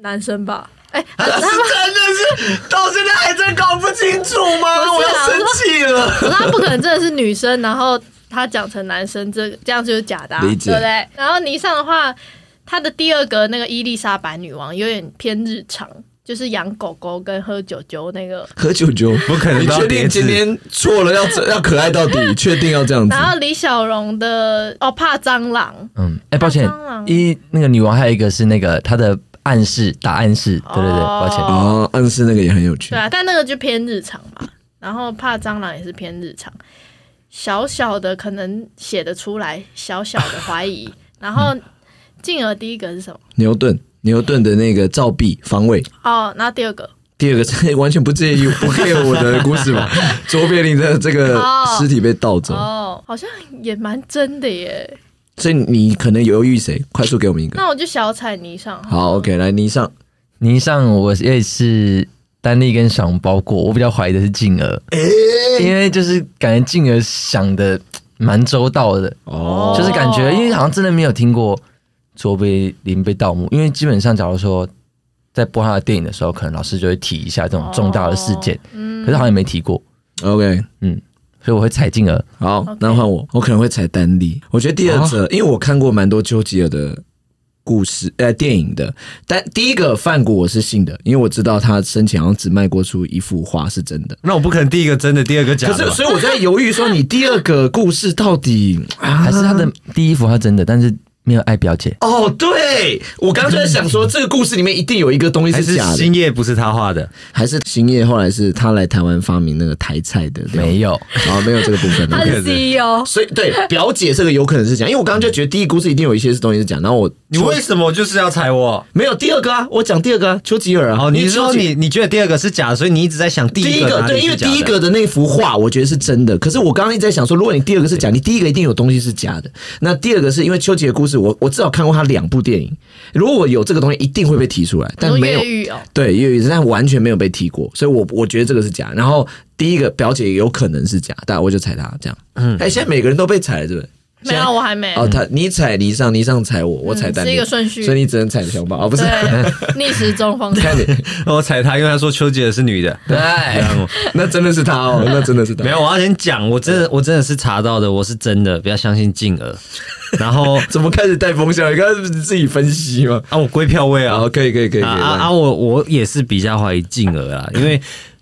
[SPEAKER 4] 男生吧？哎、他们
[SPEAKER 1] 真的是到现在还真搞不清楚吗？
[SPEAKER 4] 不
[SPEAKER 1] 我
[SPEAKER 4] 是
[SPEAKER 1] 要
[SPEAKER 4] 啊
[SPEAKER 1] 生 气了。
[SPEAKER 4] 可是他不可能真的是女生，然后他讲成男生，这这样就是假的、啊，
[SPEAKER 1] 理
[SPEAKER 4] 对不
[SPEAKER 1] 解
[SPEAKER 4] 对？然后霓裳的话，他的第二个那个伊丽莎白女王有点偏日常，就是养狗狗跟喝酒酒那个。
[SPEAKER 1] 何九九，
[SPEAKER 5] 不可能
[SPEAKER 1] 你
[SPEAKER 5] 到
[SPEAKER 1] 确
[SPEAKER 5] 叠
[SPEAKER 1] 定
[SPEAKER 5] 字
[SPEAKER 1] 今天错了要这要可爱到 底？确定要这样子？
[SPEAKER 4] 然后李小龙的哦怕蟑螂，
[SPEAKER 3] 嗯，哎，抱歉
[SPEAKER 4] 蟑，螂啊
[SPEAKER 3] 一那个女王还有一个是那个她的暗示打暗示，对对对，
[SPEAKER 4] 哦
[SPEAKER 3] 抱歉。
[SPEAKER 1] 哦，暗示那个也很有趣
[SPEAKER 4] 对。啊，但那个就偏日常嘛。然后怕蟑螂也是偏日常，小小的可能写得出来，小小的怀 疑。然后进而第一个是什么？
[SPEAKER 1] 牛顿，牛顿的那个照壁方位。
[SPEAKER 4] 哦，然后第二个
[SPEAKER 1] 第二个 是完全不介意不 care 我的故 事吧？卓别林的这个
[SPEAKER 4] 哦
[SPEAKER 1] 尸体被盗走，
[SPEAKER 4] 哦，好像也蛮真的耶。
[SPEAKER 1] 所以你可能犹豫谁？快速给我们一个。
[SPEAKER 4] 那我就小踩泥上好了，
[SPEAKER 1] 好，OK，来你上。
[SPEAKER 3] 泥上我也是丹立跟小笼包过，我比较怀疑的是静儿，因为就是感觉静儿想的蛮周到的，
[SPEAKER 1] 哦
[SPEAKER 3] 就是感觉因为好像真的没有听过卓别林被盗墓，因为基本上假如说在播他的电影的时候，可能老师就会提一下这种重大的事件，
[SPEAKER 1] 哦嗯
[SPEAKER 3] 可是好像也没提过，
[SPEAKER 1] OK，
[SPEAKER 3] 嗯，所以我会踩静儿，
[SPEAKER 1] 好那换我，我可能会踩单立。我觉得第二者，
[SPEAKER 5] 哦
[SPEAKER 1] 因为我看过蛮多丘吉尔的故事，呃，电影的。但第一个范谷我是信的，因为我知道他生前好像只卖过出一幅画是真的。
[SPEAKER 5] 那我不可能第一个真的，第二个假
[SPEAKER 1] 可
[SPEAKER 5] 的
[SPEAKER 1] 是，
[SPEAKER 5] 吧。
[SPEAKER 1] 所以我在犹豫说，你第二个故事到底啊
[SPEAKER 3] 还是他的第一幅他真的，但是没有爱表姐，
[SPEAKER 1] 哦，对，我刚刚就在想说，这个故事里面一定有一个东西
[SPEAKER 5] 还
[SPEAKER 1] 是
[SPEAKER 5] 是
[SPEAKER 1] 假的，
[SPEAKER 5] 星夜不是他画的，
[SPEAKER 1] 还是兴业后来是他来台湾发明那个台菜的料理？
[SPEAKER 3] 没有，
[SPEAKER 1] 啊，没有这个部 分。
[SPEAKER 4] 他
[SPEAKER 1] OK
[SPEAKER 4] 是 E CEO，
[SPEAKER 1] 所以对表姐这个有可能是假，因为我刚刚就觉得第一故事一定有一些是东西是假，然后我
[SPEAKER 5] 你为什么就是要踩我？
[SPEAKER 1] 没有第二个啊，我讲第二个啊，丘吉尔啊，
[SPEAKER 5] 哦，
[SPEAKER 1] 因
[SPEAKER 5] 你
[SPEAKER 1] 为丘
[SPEAKER 5] 说
[SPEAKER 1] 吉
[SPEAKER 5] 你你觉得第二个是假的，所以你一直在想第
[SPEAKER 1] 第
[SPEAKER 5] 一
[SPEAKER 1] 一
[SPEAKER 5] 个
[SPEAKER 1] 个
[SPEAKER 5] 哪里
[SPEAKER 1] 对，
[SPEAKER 5] 是
[SPEAKER 1] 因为
[SPEAKER 5] 假的
[SPEAKER 1] 第一个的那幅画，我觉得是真的。可是我刚刚一直在想说，如果你第二个是假，你第一个一定有东西是假的。那第二个是因为丘吉尔故事，我我至少看过他两部电影，如果有这个东西，一定会被提出来，但
[SPEAKER 4] 说
[SPEAKER 1] 没有
[SPEAKER 4] 越。狱哦，
[SPEAKER 1] 对，粤语，但完全没有被提过，所以我我觉得这个是假。然后第一个表姐有可能是假，但我就踩她这样。嗯，哎，现在每个人都被踩了，对不对？
[SPEAKER 4] 没有，我还没。
[SPEAKER 1] 哦，他你踩你上，你上踩我，我踩
[SPEAKER 4] 嗯
[SPEAKER 1] 丹尼，
[SPEAKER 4] 是一个顺序
[SPEAKER 1] 所以你只能踩熊宝，哦，不是。
[SPEAKER 4] 对，逆时钟方向。
[SPEAKER 1] 看你，
[SPEAKER 5] 我踩他，因为他说丘吉尔是女的。
[SPEAKER 3] 对，
[SPEAKER 5] 这样哦
[SPEAKER 1] 那真的是他哦，那真的是他。
[SPEAKER 5] 没有，我要先讲，我真的我真的是查到的，我是真的，不要相信静 儿。然后
[SPEAKER 1] 怎么开始带风向？你刚刚是自己分析吗？
[SPEAKER 5] 啊，我归票位啊
[SPEAKER 1] 啊，，可以可以可以可以。
[SPEAKER 5] 啊啊
[SPEAKER 1] 来
[SPEAKER 5] 啊！我我也是比较怀疑静儿啊，因为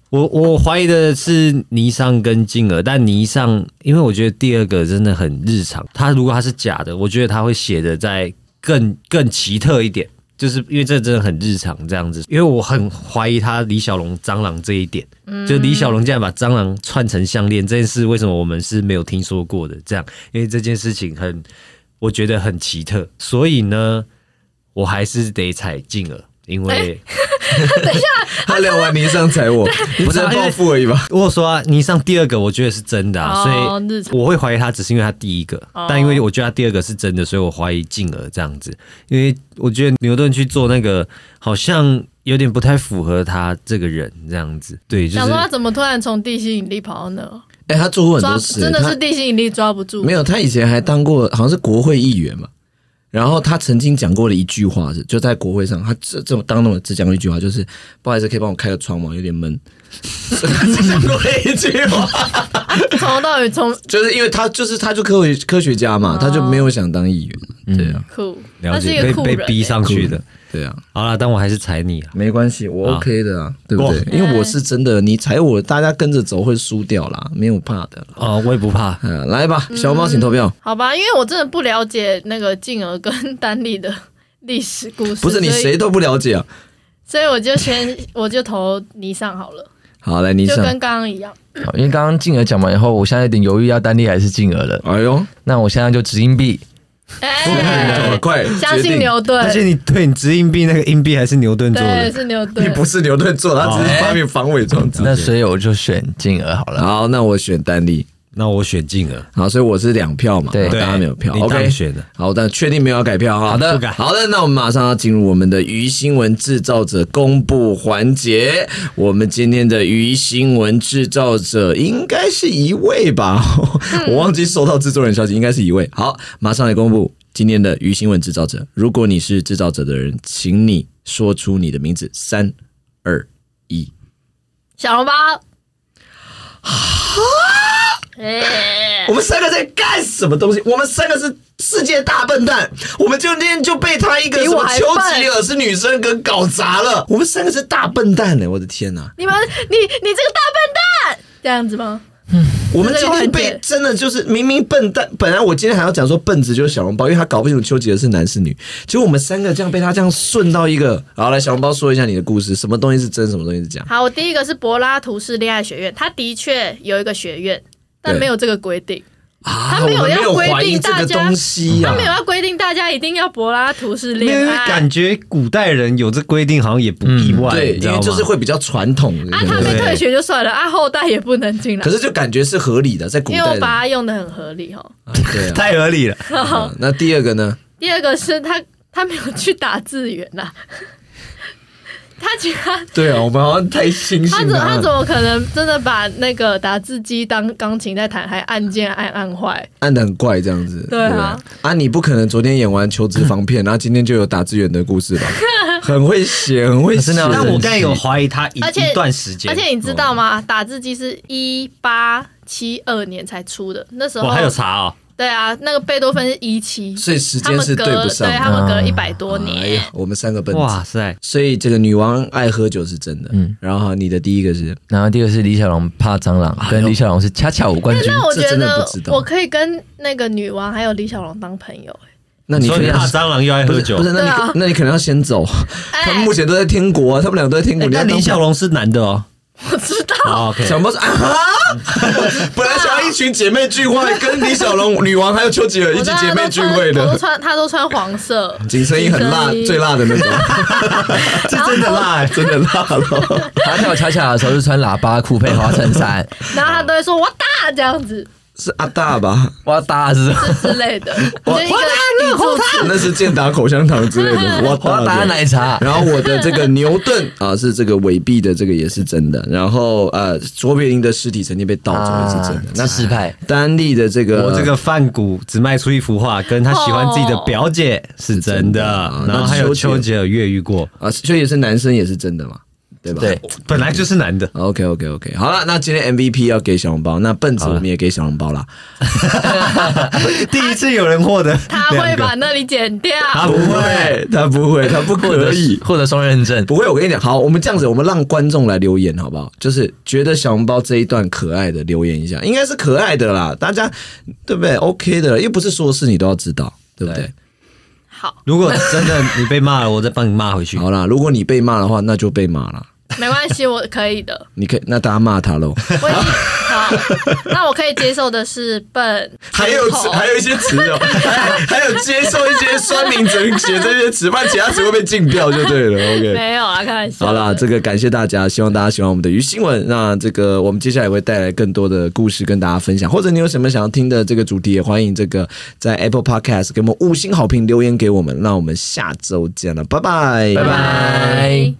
[SPEAKER 5] 我我怀疑的是霓裳跟静儿，但霓裳，因为我觉得第二个真的很日常，他如果他是假的，我觉得他会写的再更更奇特一点。就是因为这真的很日常这样子，因为我很怀疑他李小龙蟑螂这一点，就李小龙竟然把蟑螂串成项链这件事，为什么我们是没有听说过的？这样，因为这件事情很，我觉得很奇特，所以呢，我还是得踩进了，因为、
[SPEAKER 1] 他聊完你上踩我，你只能报复而已吧？
[SPEAKER 5] 我有说啊，你上第二个，我觉得是真的、啊，
[SPEAKER 4] 哦日
[SPEAKER 5] 所
[SPEAKER 4] 常哦
[SPEAKER 5] 以我会怀疑他，只是因为他第一个，但因为我觉得他第二个是真的，所以我怀疑进而这样子，因为我觉得牛顿去做那个好像有点不太符合他这个人这样子，对，就
[SPEAKER 4] 想
[SPEAKER 5] 是
[SPEAKER 4] 说他怎么突然从地心引力跑到那？
[SPEAKER 1] 哎，他做过很
[SPEAKER 4] 抓
[SPEAKER 1] 多事，
[SPEAKER 4] 真的
[SPEAKER 1] 他
[SPEAKER 4] 是地心引力抓不住。
[SPEAKER 1] 没有，他以前还当过好像是国会议员嘛。然后他曾经讲过的一句话是，就在国会上，他这这种当那么只讲过一句话，就是不好意思，可以帮我开个窗吗？有点闷。讲过一 句话，
[SPEAKER 4] 从头到尾 从
[SPEAKER 1] 就是因为他就是他就科学科学家嘛，他就没有想当议员，对啊
[SPEAKER 4] 酷，
[SPEAKER 5] 了
[SPEAKER 4] 他是一
[SPEAKER 5] 解
[SPEAKER 4] 个
[SPEAKER 5] 被
[SPEAKER 4] 酷
[SPEAKER 5] 被
[SPEAKER 4] 人、
[SPEAKER 5] 逼
[SPEAKER 4] 欸。
[SPEAKER 5] 上去的。
[SPEAKER 1] 对啊，
[SPEAKER 5] 好了，但我还是踩你了。
[SPEAKER 1] 没关系，我
[SPEAKER 5] 啊
[SPEAKER 1] OK 的啊，对不
[SPEAKER 5] 哇
[SPEAKER 1] 对？因为我是真的，你踩我，大家跟着走会输掉啦，没有怕的。
[SPEAKER 5] 哦，我也不怕。
[SPEAKER 1] 嗯，来吧，小猫请投票。
[SPEAKER 4] 好吧，因为我真的不了解那个静儿跟 丹丽的历史故事，
[SPEAKER 1] 不是你
[SPEAKER 4] 所以
[SPEAKER 1] 谁都不了解啊。
[SPEAKER 4] 所以我就先我就投尼尚好了，
[SPEAKER 1] 好，来你
[SPEAKER 4] 就
[SPEAKER 1] 上
[SPEAKER 4] 跟。刚刚一样。
[SPEAKER 3] 好，因为刚刚静儿讲完以后，我现在有点犹豫要单立还是静儿了。
[SPEAKER 1] 哎呦，
[SPEAKER 3] 那我现在就掷硬币，
[SPEAKER 4] 哎，
[SPEAKER 1] 快
[SPEAKER 4] 相
[SPEAKER 1] 啊决
[SPEAKER 4] 信
[SPEAKER 1] 定
[SPEAKER 4] 牛顿
[SPEAKER 5] 而，且你对你掷硬币那个硬币还是牛顿做
[SPEAKER 4] 对，
[SPEAKER 5] 的，
[SPEAKER 4] 是牛
[SPEAKER 1] 你
[SPEAKER 4] 顿。
[SPEAKER 1] 不是牛顿做的，他只是发明防伪装置。
[SPEAKER 3] 那所以我就选静儿好了。
[SPEAKER 1] 好，那我选丹利。
[SPEAKER 5] 那我选进了，
[SPEAKER 1] 好，所以我是两票嘛，
[SPEAKER 3] 对
[SPEAKER 1] 大家没有票
[SPEAKER 5] 你
[SPEAKER 1] ，OK
[SPEAKER 5] 当选了
[SPEAKER 1] 好，但确定没有要改票哈。
[SPEAKER 5] 好的不改
[SPEAKER 1] 好的，那我们马上要进入我们的鱼新闻制造者公布环节。我们今天的鱼新闻制造者应该是一位吧， 我忘记收到制作人消息，应该是一位。好，马上来公布今天的鱼新闻制造者。如果你是制造者的人，请你说出你的名字，三、二、一。
[SPEAKER 4] 小笼包。哎，
[SPEAKER 1] 我们三个在干什么东西？我们三个是世界大笨蛋，我们就今天就被他一个
[SPEAKER 4] 比
[SPEAKER 1] 什
[SPEAKER 4] 我
[SPEAKER 1] 么
[SPEAKER 4] 还
[SPEAKER 1] 丘
[SPEAKER 4] 笨
[SPEAKER 1] 吉尔是女生给搞砸了。我们三个是大笨蛋呢、我的天哪、
[SPEAKER 4] 你们，你你这个大笨蛋，这样子吗？
[SPEAKER 1] 我们
[SPEAKER 4] 这个
[SPEAKER 1] 今
[SPEAKER 4] 我
[SPEAKER 1] 天
[SPEAKER 4] 很
[SPEAKER 1] 被
[SPEAKER 4] 解
[SPEAKER 1] 真的就是明明笨蛋，本来我今天还要讲说笨子就是小笼包，因为他搞不清楚丘吉尔是男是女，结果我们三个这样被他这样顺到一个。好，来小笼包说一下你的故事，什么东西是真，什么东西是假？
[SPEAKER 4] 好，我第一个是柏拉图式恋爱学院，它的确有一个学院，但
[SPEAKER 1] 对
[SPEAKER 4] 没有这个规定，
[SPEAKER 1] 啊，
[SPEAKER 4] 他没有
[SPEAKER 1] 我们没
[SPEAKER 4] 要
[SPEAKER 1] 有
[SPEAKER 4] 规
[SPEAKER 1] 怀疑
[SPEAKER 4] 定
[SPEAKER 1] 这
[SPEAKER 4] 大
[SPEAKER 1] 个
[SPEAKER 4] 家
[SPEAKER 1] 东西呀、
[SPEAKER 4] 它没有要规定大家一定要柏拉图式
[SPEAKER 5] 因
[SPEAKER 4] 恋
[SPEAKER 5] 为
[SPEAKER 4] 爱。
[SPEAKER 5] 感觉古代人有这规定，好像也不意外，
[SPEAKER 1] 对，
[SPEAKER 5] 你知道
[SPEAKER 1] 因为
[SPEAKER 5] 吗？
[SPEAKER 1] 就是会比较传统的
[SPEAKER 4] 啊，
[SPEAKER 1] 可
[SPEAKER 4] 他
[SPEAKER 1] 能
[SPEAKER 4] 被
[SPEAKER 5] 对
[SPEAKER 4] 退学就算了，啊，后代也不能进来
[SPEAKER 1] 可，是就感觉是合理的，在古
[SPEAKER 4] 因为我
[SPEAKER 1] 代的啊
[SPEAKER 4] 把它用的很合理哦。
[SPEAKER 1] 对啊。
[SPEAKER 5] 太合理了。
[SPEAKER 1] 嗯那第二个呢？
[SPEAKER 4] 第二个是他他没有去打字员呐、 他其他
[SPEAKER 1] 对啊，我们好像太轻
[SPEAKER 4] 他怎他怎么可能真的把那个打字机当钢琴在弹，还按键按按坏？
[SPEAKER 1] 按的很怪这样子。
[SPEAKER 4] 对啊
[SPEAKER 1] 对，啊，你不可能昨天演完求职防骗，然后今天就有打字员的故 事吧？很会写，很会写。
[SPEAKER 3] 真的
[SPEAKER 5] 但
[SPEAKER 3] 吗
[SPEAKER 5] 我刚才有怀疑他一
[SPEAKER 4] 而且
[SPEAKER 5] 一段时间，
[SPEAKER 4] 而且你知道吗？打字机是一八七二年才出的，那时
[SPEAKER 5] 我
[SPEAKER 4] 候
[SPEAKER 5] 还有查哦，
[SPEAKER 4] 对啊，那个贝多芬是一七，
[SPEAKER 1] 所以时
[SPEAKER 4] 他
[SPEAKER 1] 间
[SPEAKER 4] 们
[SPEAKER 1] 是
[SPEAKER 4] 隔
[SPEAKER 1] 对不上
[SPEAKER 4] 对
[SPEAKER 1] 的。
[SPEAKER 4] 他们隔一百多
[SPEAKER 1] 哎
[SPEAKER 4] 年
[SPEAKER 1] 呀，，我们三个笨蛋。
[SPEAKER 5] 哇塞，
[SPEAKER 1] 所以这个女王爱喝酒是真的。嗯，然后你的第一个是
[SPEAKER 3] 然后第二个是李小龙怕蟑螂，
[SPEAKER 1] 哎
[SPEAKER 3] 跟李小龙是恰恰五冠军。
[SPEAKER 4] 那我觉
[SPEAKER 1] 这真的
[SPEAKER 4] 得
[SPEAKER 1] 不知道
[SPEAKER 4] 我可以跟那个女王还有李小龙当朋友。欸
[SPEAKER 1] 那你
[SPEAKER 5] 说
[SPEAKER 1] 可
[SPEAKER 5] 你
[SPEAKER 1] 能
[SPEAKER 5] 怕蟑螂又爱
[SPEAKER 1] 不
[SPEAKER 5] 喝
[SPEAKER 1] 是
[SPEAKER 5] 酒
[SPEAKER 1] 不，是？那你、
[SPEAKER 4] 对啊哎
[SPEAKER 1] 那你可能要先走。他们目前都在天国啊，他们俩都在天国。
[SPEAKER 5] 哎
[SPEAKER 1] 你要
[SPEAKER 5] 但
[SPEAKER 1] 当
[SPEAKER 5] 李小龙是男的哦。
[SPEAKER 4] 我知道，
[SPEAKER 5] 哦 OK，
[SPEAKER 1] 小猫说 啊， 本来想要一群姐妹聚会，跟李小龙、女王还有丘吉尔一
[SPEAKER 4] 我
[SPEAKER 1] 起
[SPEAKER 4] 知道
[SPEAKER 1] 姐妹
[SPEAKER 4] 他都
[SPEAKER 1] 聚会
[SPEAKER 4] 穿他都
[SPEAKER 1] 的，
[SPEAKER 4] 穿他都穿黄色，
[SPEAKER 1] 紧身衣很辣，
[SPEAKER 4] 紧身衣
[SPEAKER 1] 最辣的那种，
[SPEAKER 5] 这真的辣欸，
[SPEAKER 1] 真的辣了。
[SPEAKER 3] 他跳恰恰的时候是穿喇叭裤配花衬 衫，
[SPEAKER 4] 然后他都会说“我大”这样子
[SPEAKER 1] 是阿大吧？
[SPEAKER 3] 哇大是吧
[SPEAKER 4] 之类的，就一个语助词。
[SPEAKER 1] 那是健达口香糖之类的，我
[SPEAKER 3] 哇大奶茶。
[SPEAKER 1] 然后我的这个牛顿啊，是这个伪币的这个也是真的。然后呃，卓别林的尸体曾经被盗走也是真的。那
[SPEAKER 3] 那失败，
[SPEAKER 1] 丹利的这个
[SPEAKER 5] 我这个范谷只卖出一幅画，跟他喜欢自己的表姐是真的
[SPEAKER 1] 哦，
[SPEAKER 5] 然后还有
[SPEAKER 1] 那丘
[SPEAKER 5] 丘
[SPEAKER 1] 吉
[SPEAKER 5] 吉尔越狱过，
[SPEAKER 1] 啊，所以也是男生也是真的嘛，对吧？
[SPEAKER 3] 对，
[SPEAKER 5] 本来就是男的。
[SPEAKER 1] OK OK OK，好了，那今天 MVP 要给小笼包，那笨子我们也给小笼包啦。
[SPEAKER 5] 第一次有人获得
[SPEAKER 4] 他会
[SPEAKER 5] 两个
[SPEAKER 4] 把那里剪掉，
[SPEAKER 5] 他不会，，
[SPEAKER 1] 他不会，他不
[SPEAKER 3] 获
[SPEAKER 1] 可
[SPEAKER 3] 得
[SPEAKER 1] 以，
[SPEAKER 3] 获得双认证。
[SPEAKER 1] 不会。我跟你讲，好，我们这样子，我们让观众来留言好不好？就是觉得小笼包这一段可爱的，留言一下，应该是可爱的啦，大家对不对？OK 的，又不是所有事你都要知道，对不对？
[SPEAKER 4] 好，
[SPEAKER 5] 如果真的你被骂了，我再帮你骂回去。
[SPEAKER 1] 好啦，如果你被骂的话，那就被骂啦。
[SPEAKER 4] 没关系，我可以的。
[SPEAKER 1] 你可以，那大家骂他喽。
[SPEAKER 4] 我已经好，那我可以接受的是笨，
[SPEAKER 1] 还有词，还有一些词哦，还还有接受一些酸民整写这些词，不然其他词会被禁掉就对了。OK，
[SPEAKER 4] 没有啊，开玩笑。
[SPEAKER 1] 好啦， 这个感谢大家，希望大家喜欢我们的鱼新闻。那这个我们接下来会带来更多的故事跟大家分享，或者你有什么想要听的这个主题，也欢迎这个在 Apple Podcast 给我们五星好评留言给我们。那我们下周见了，拜拜，
[SPEAKER 3] 拜拜。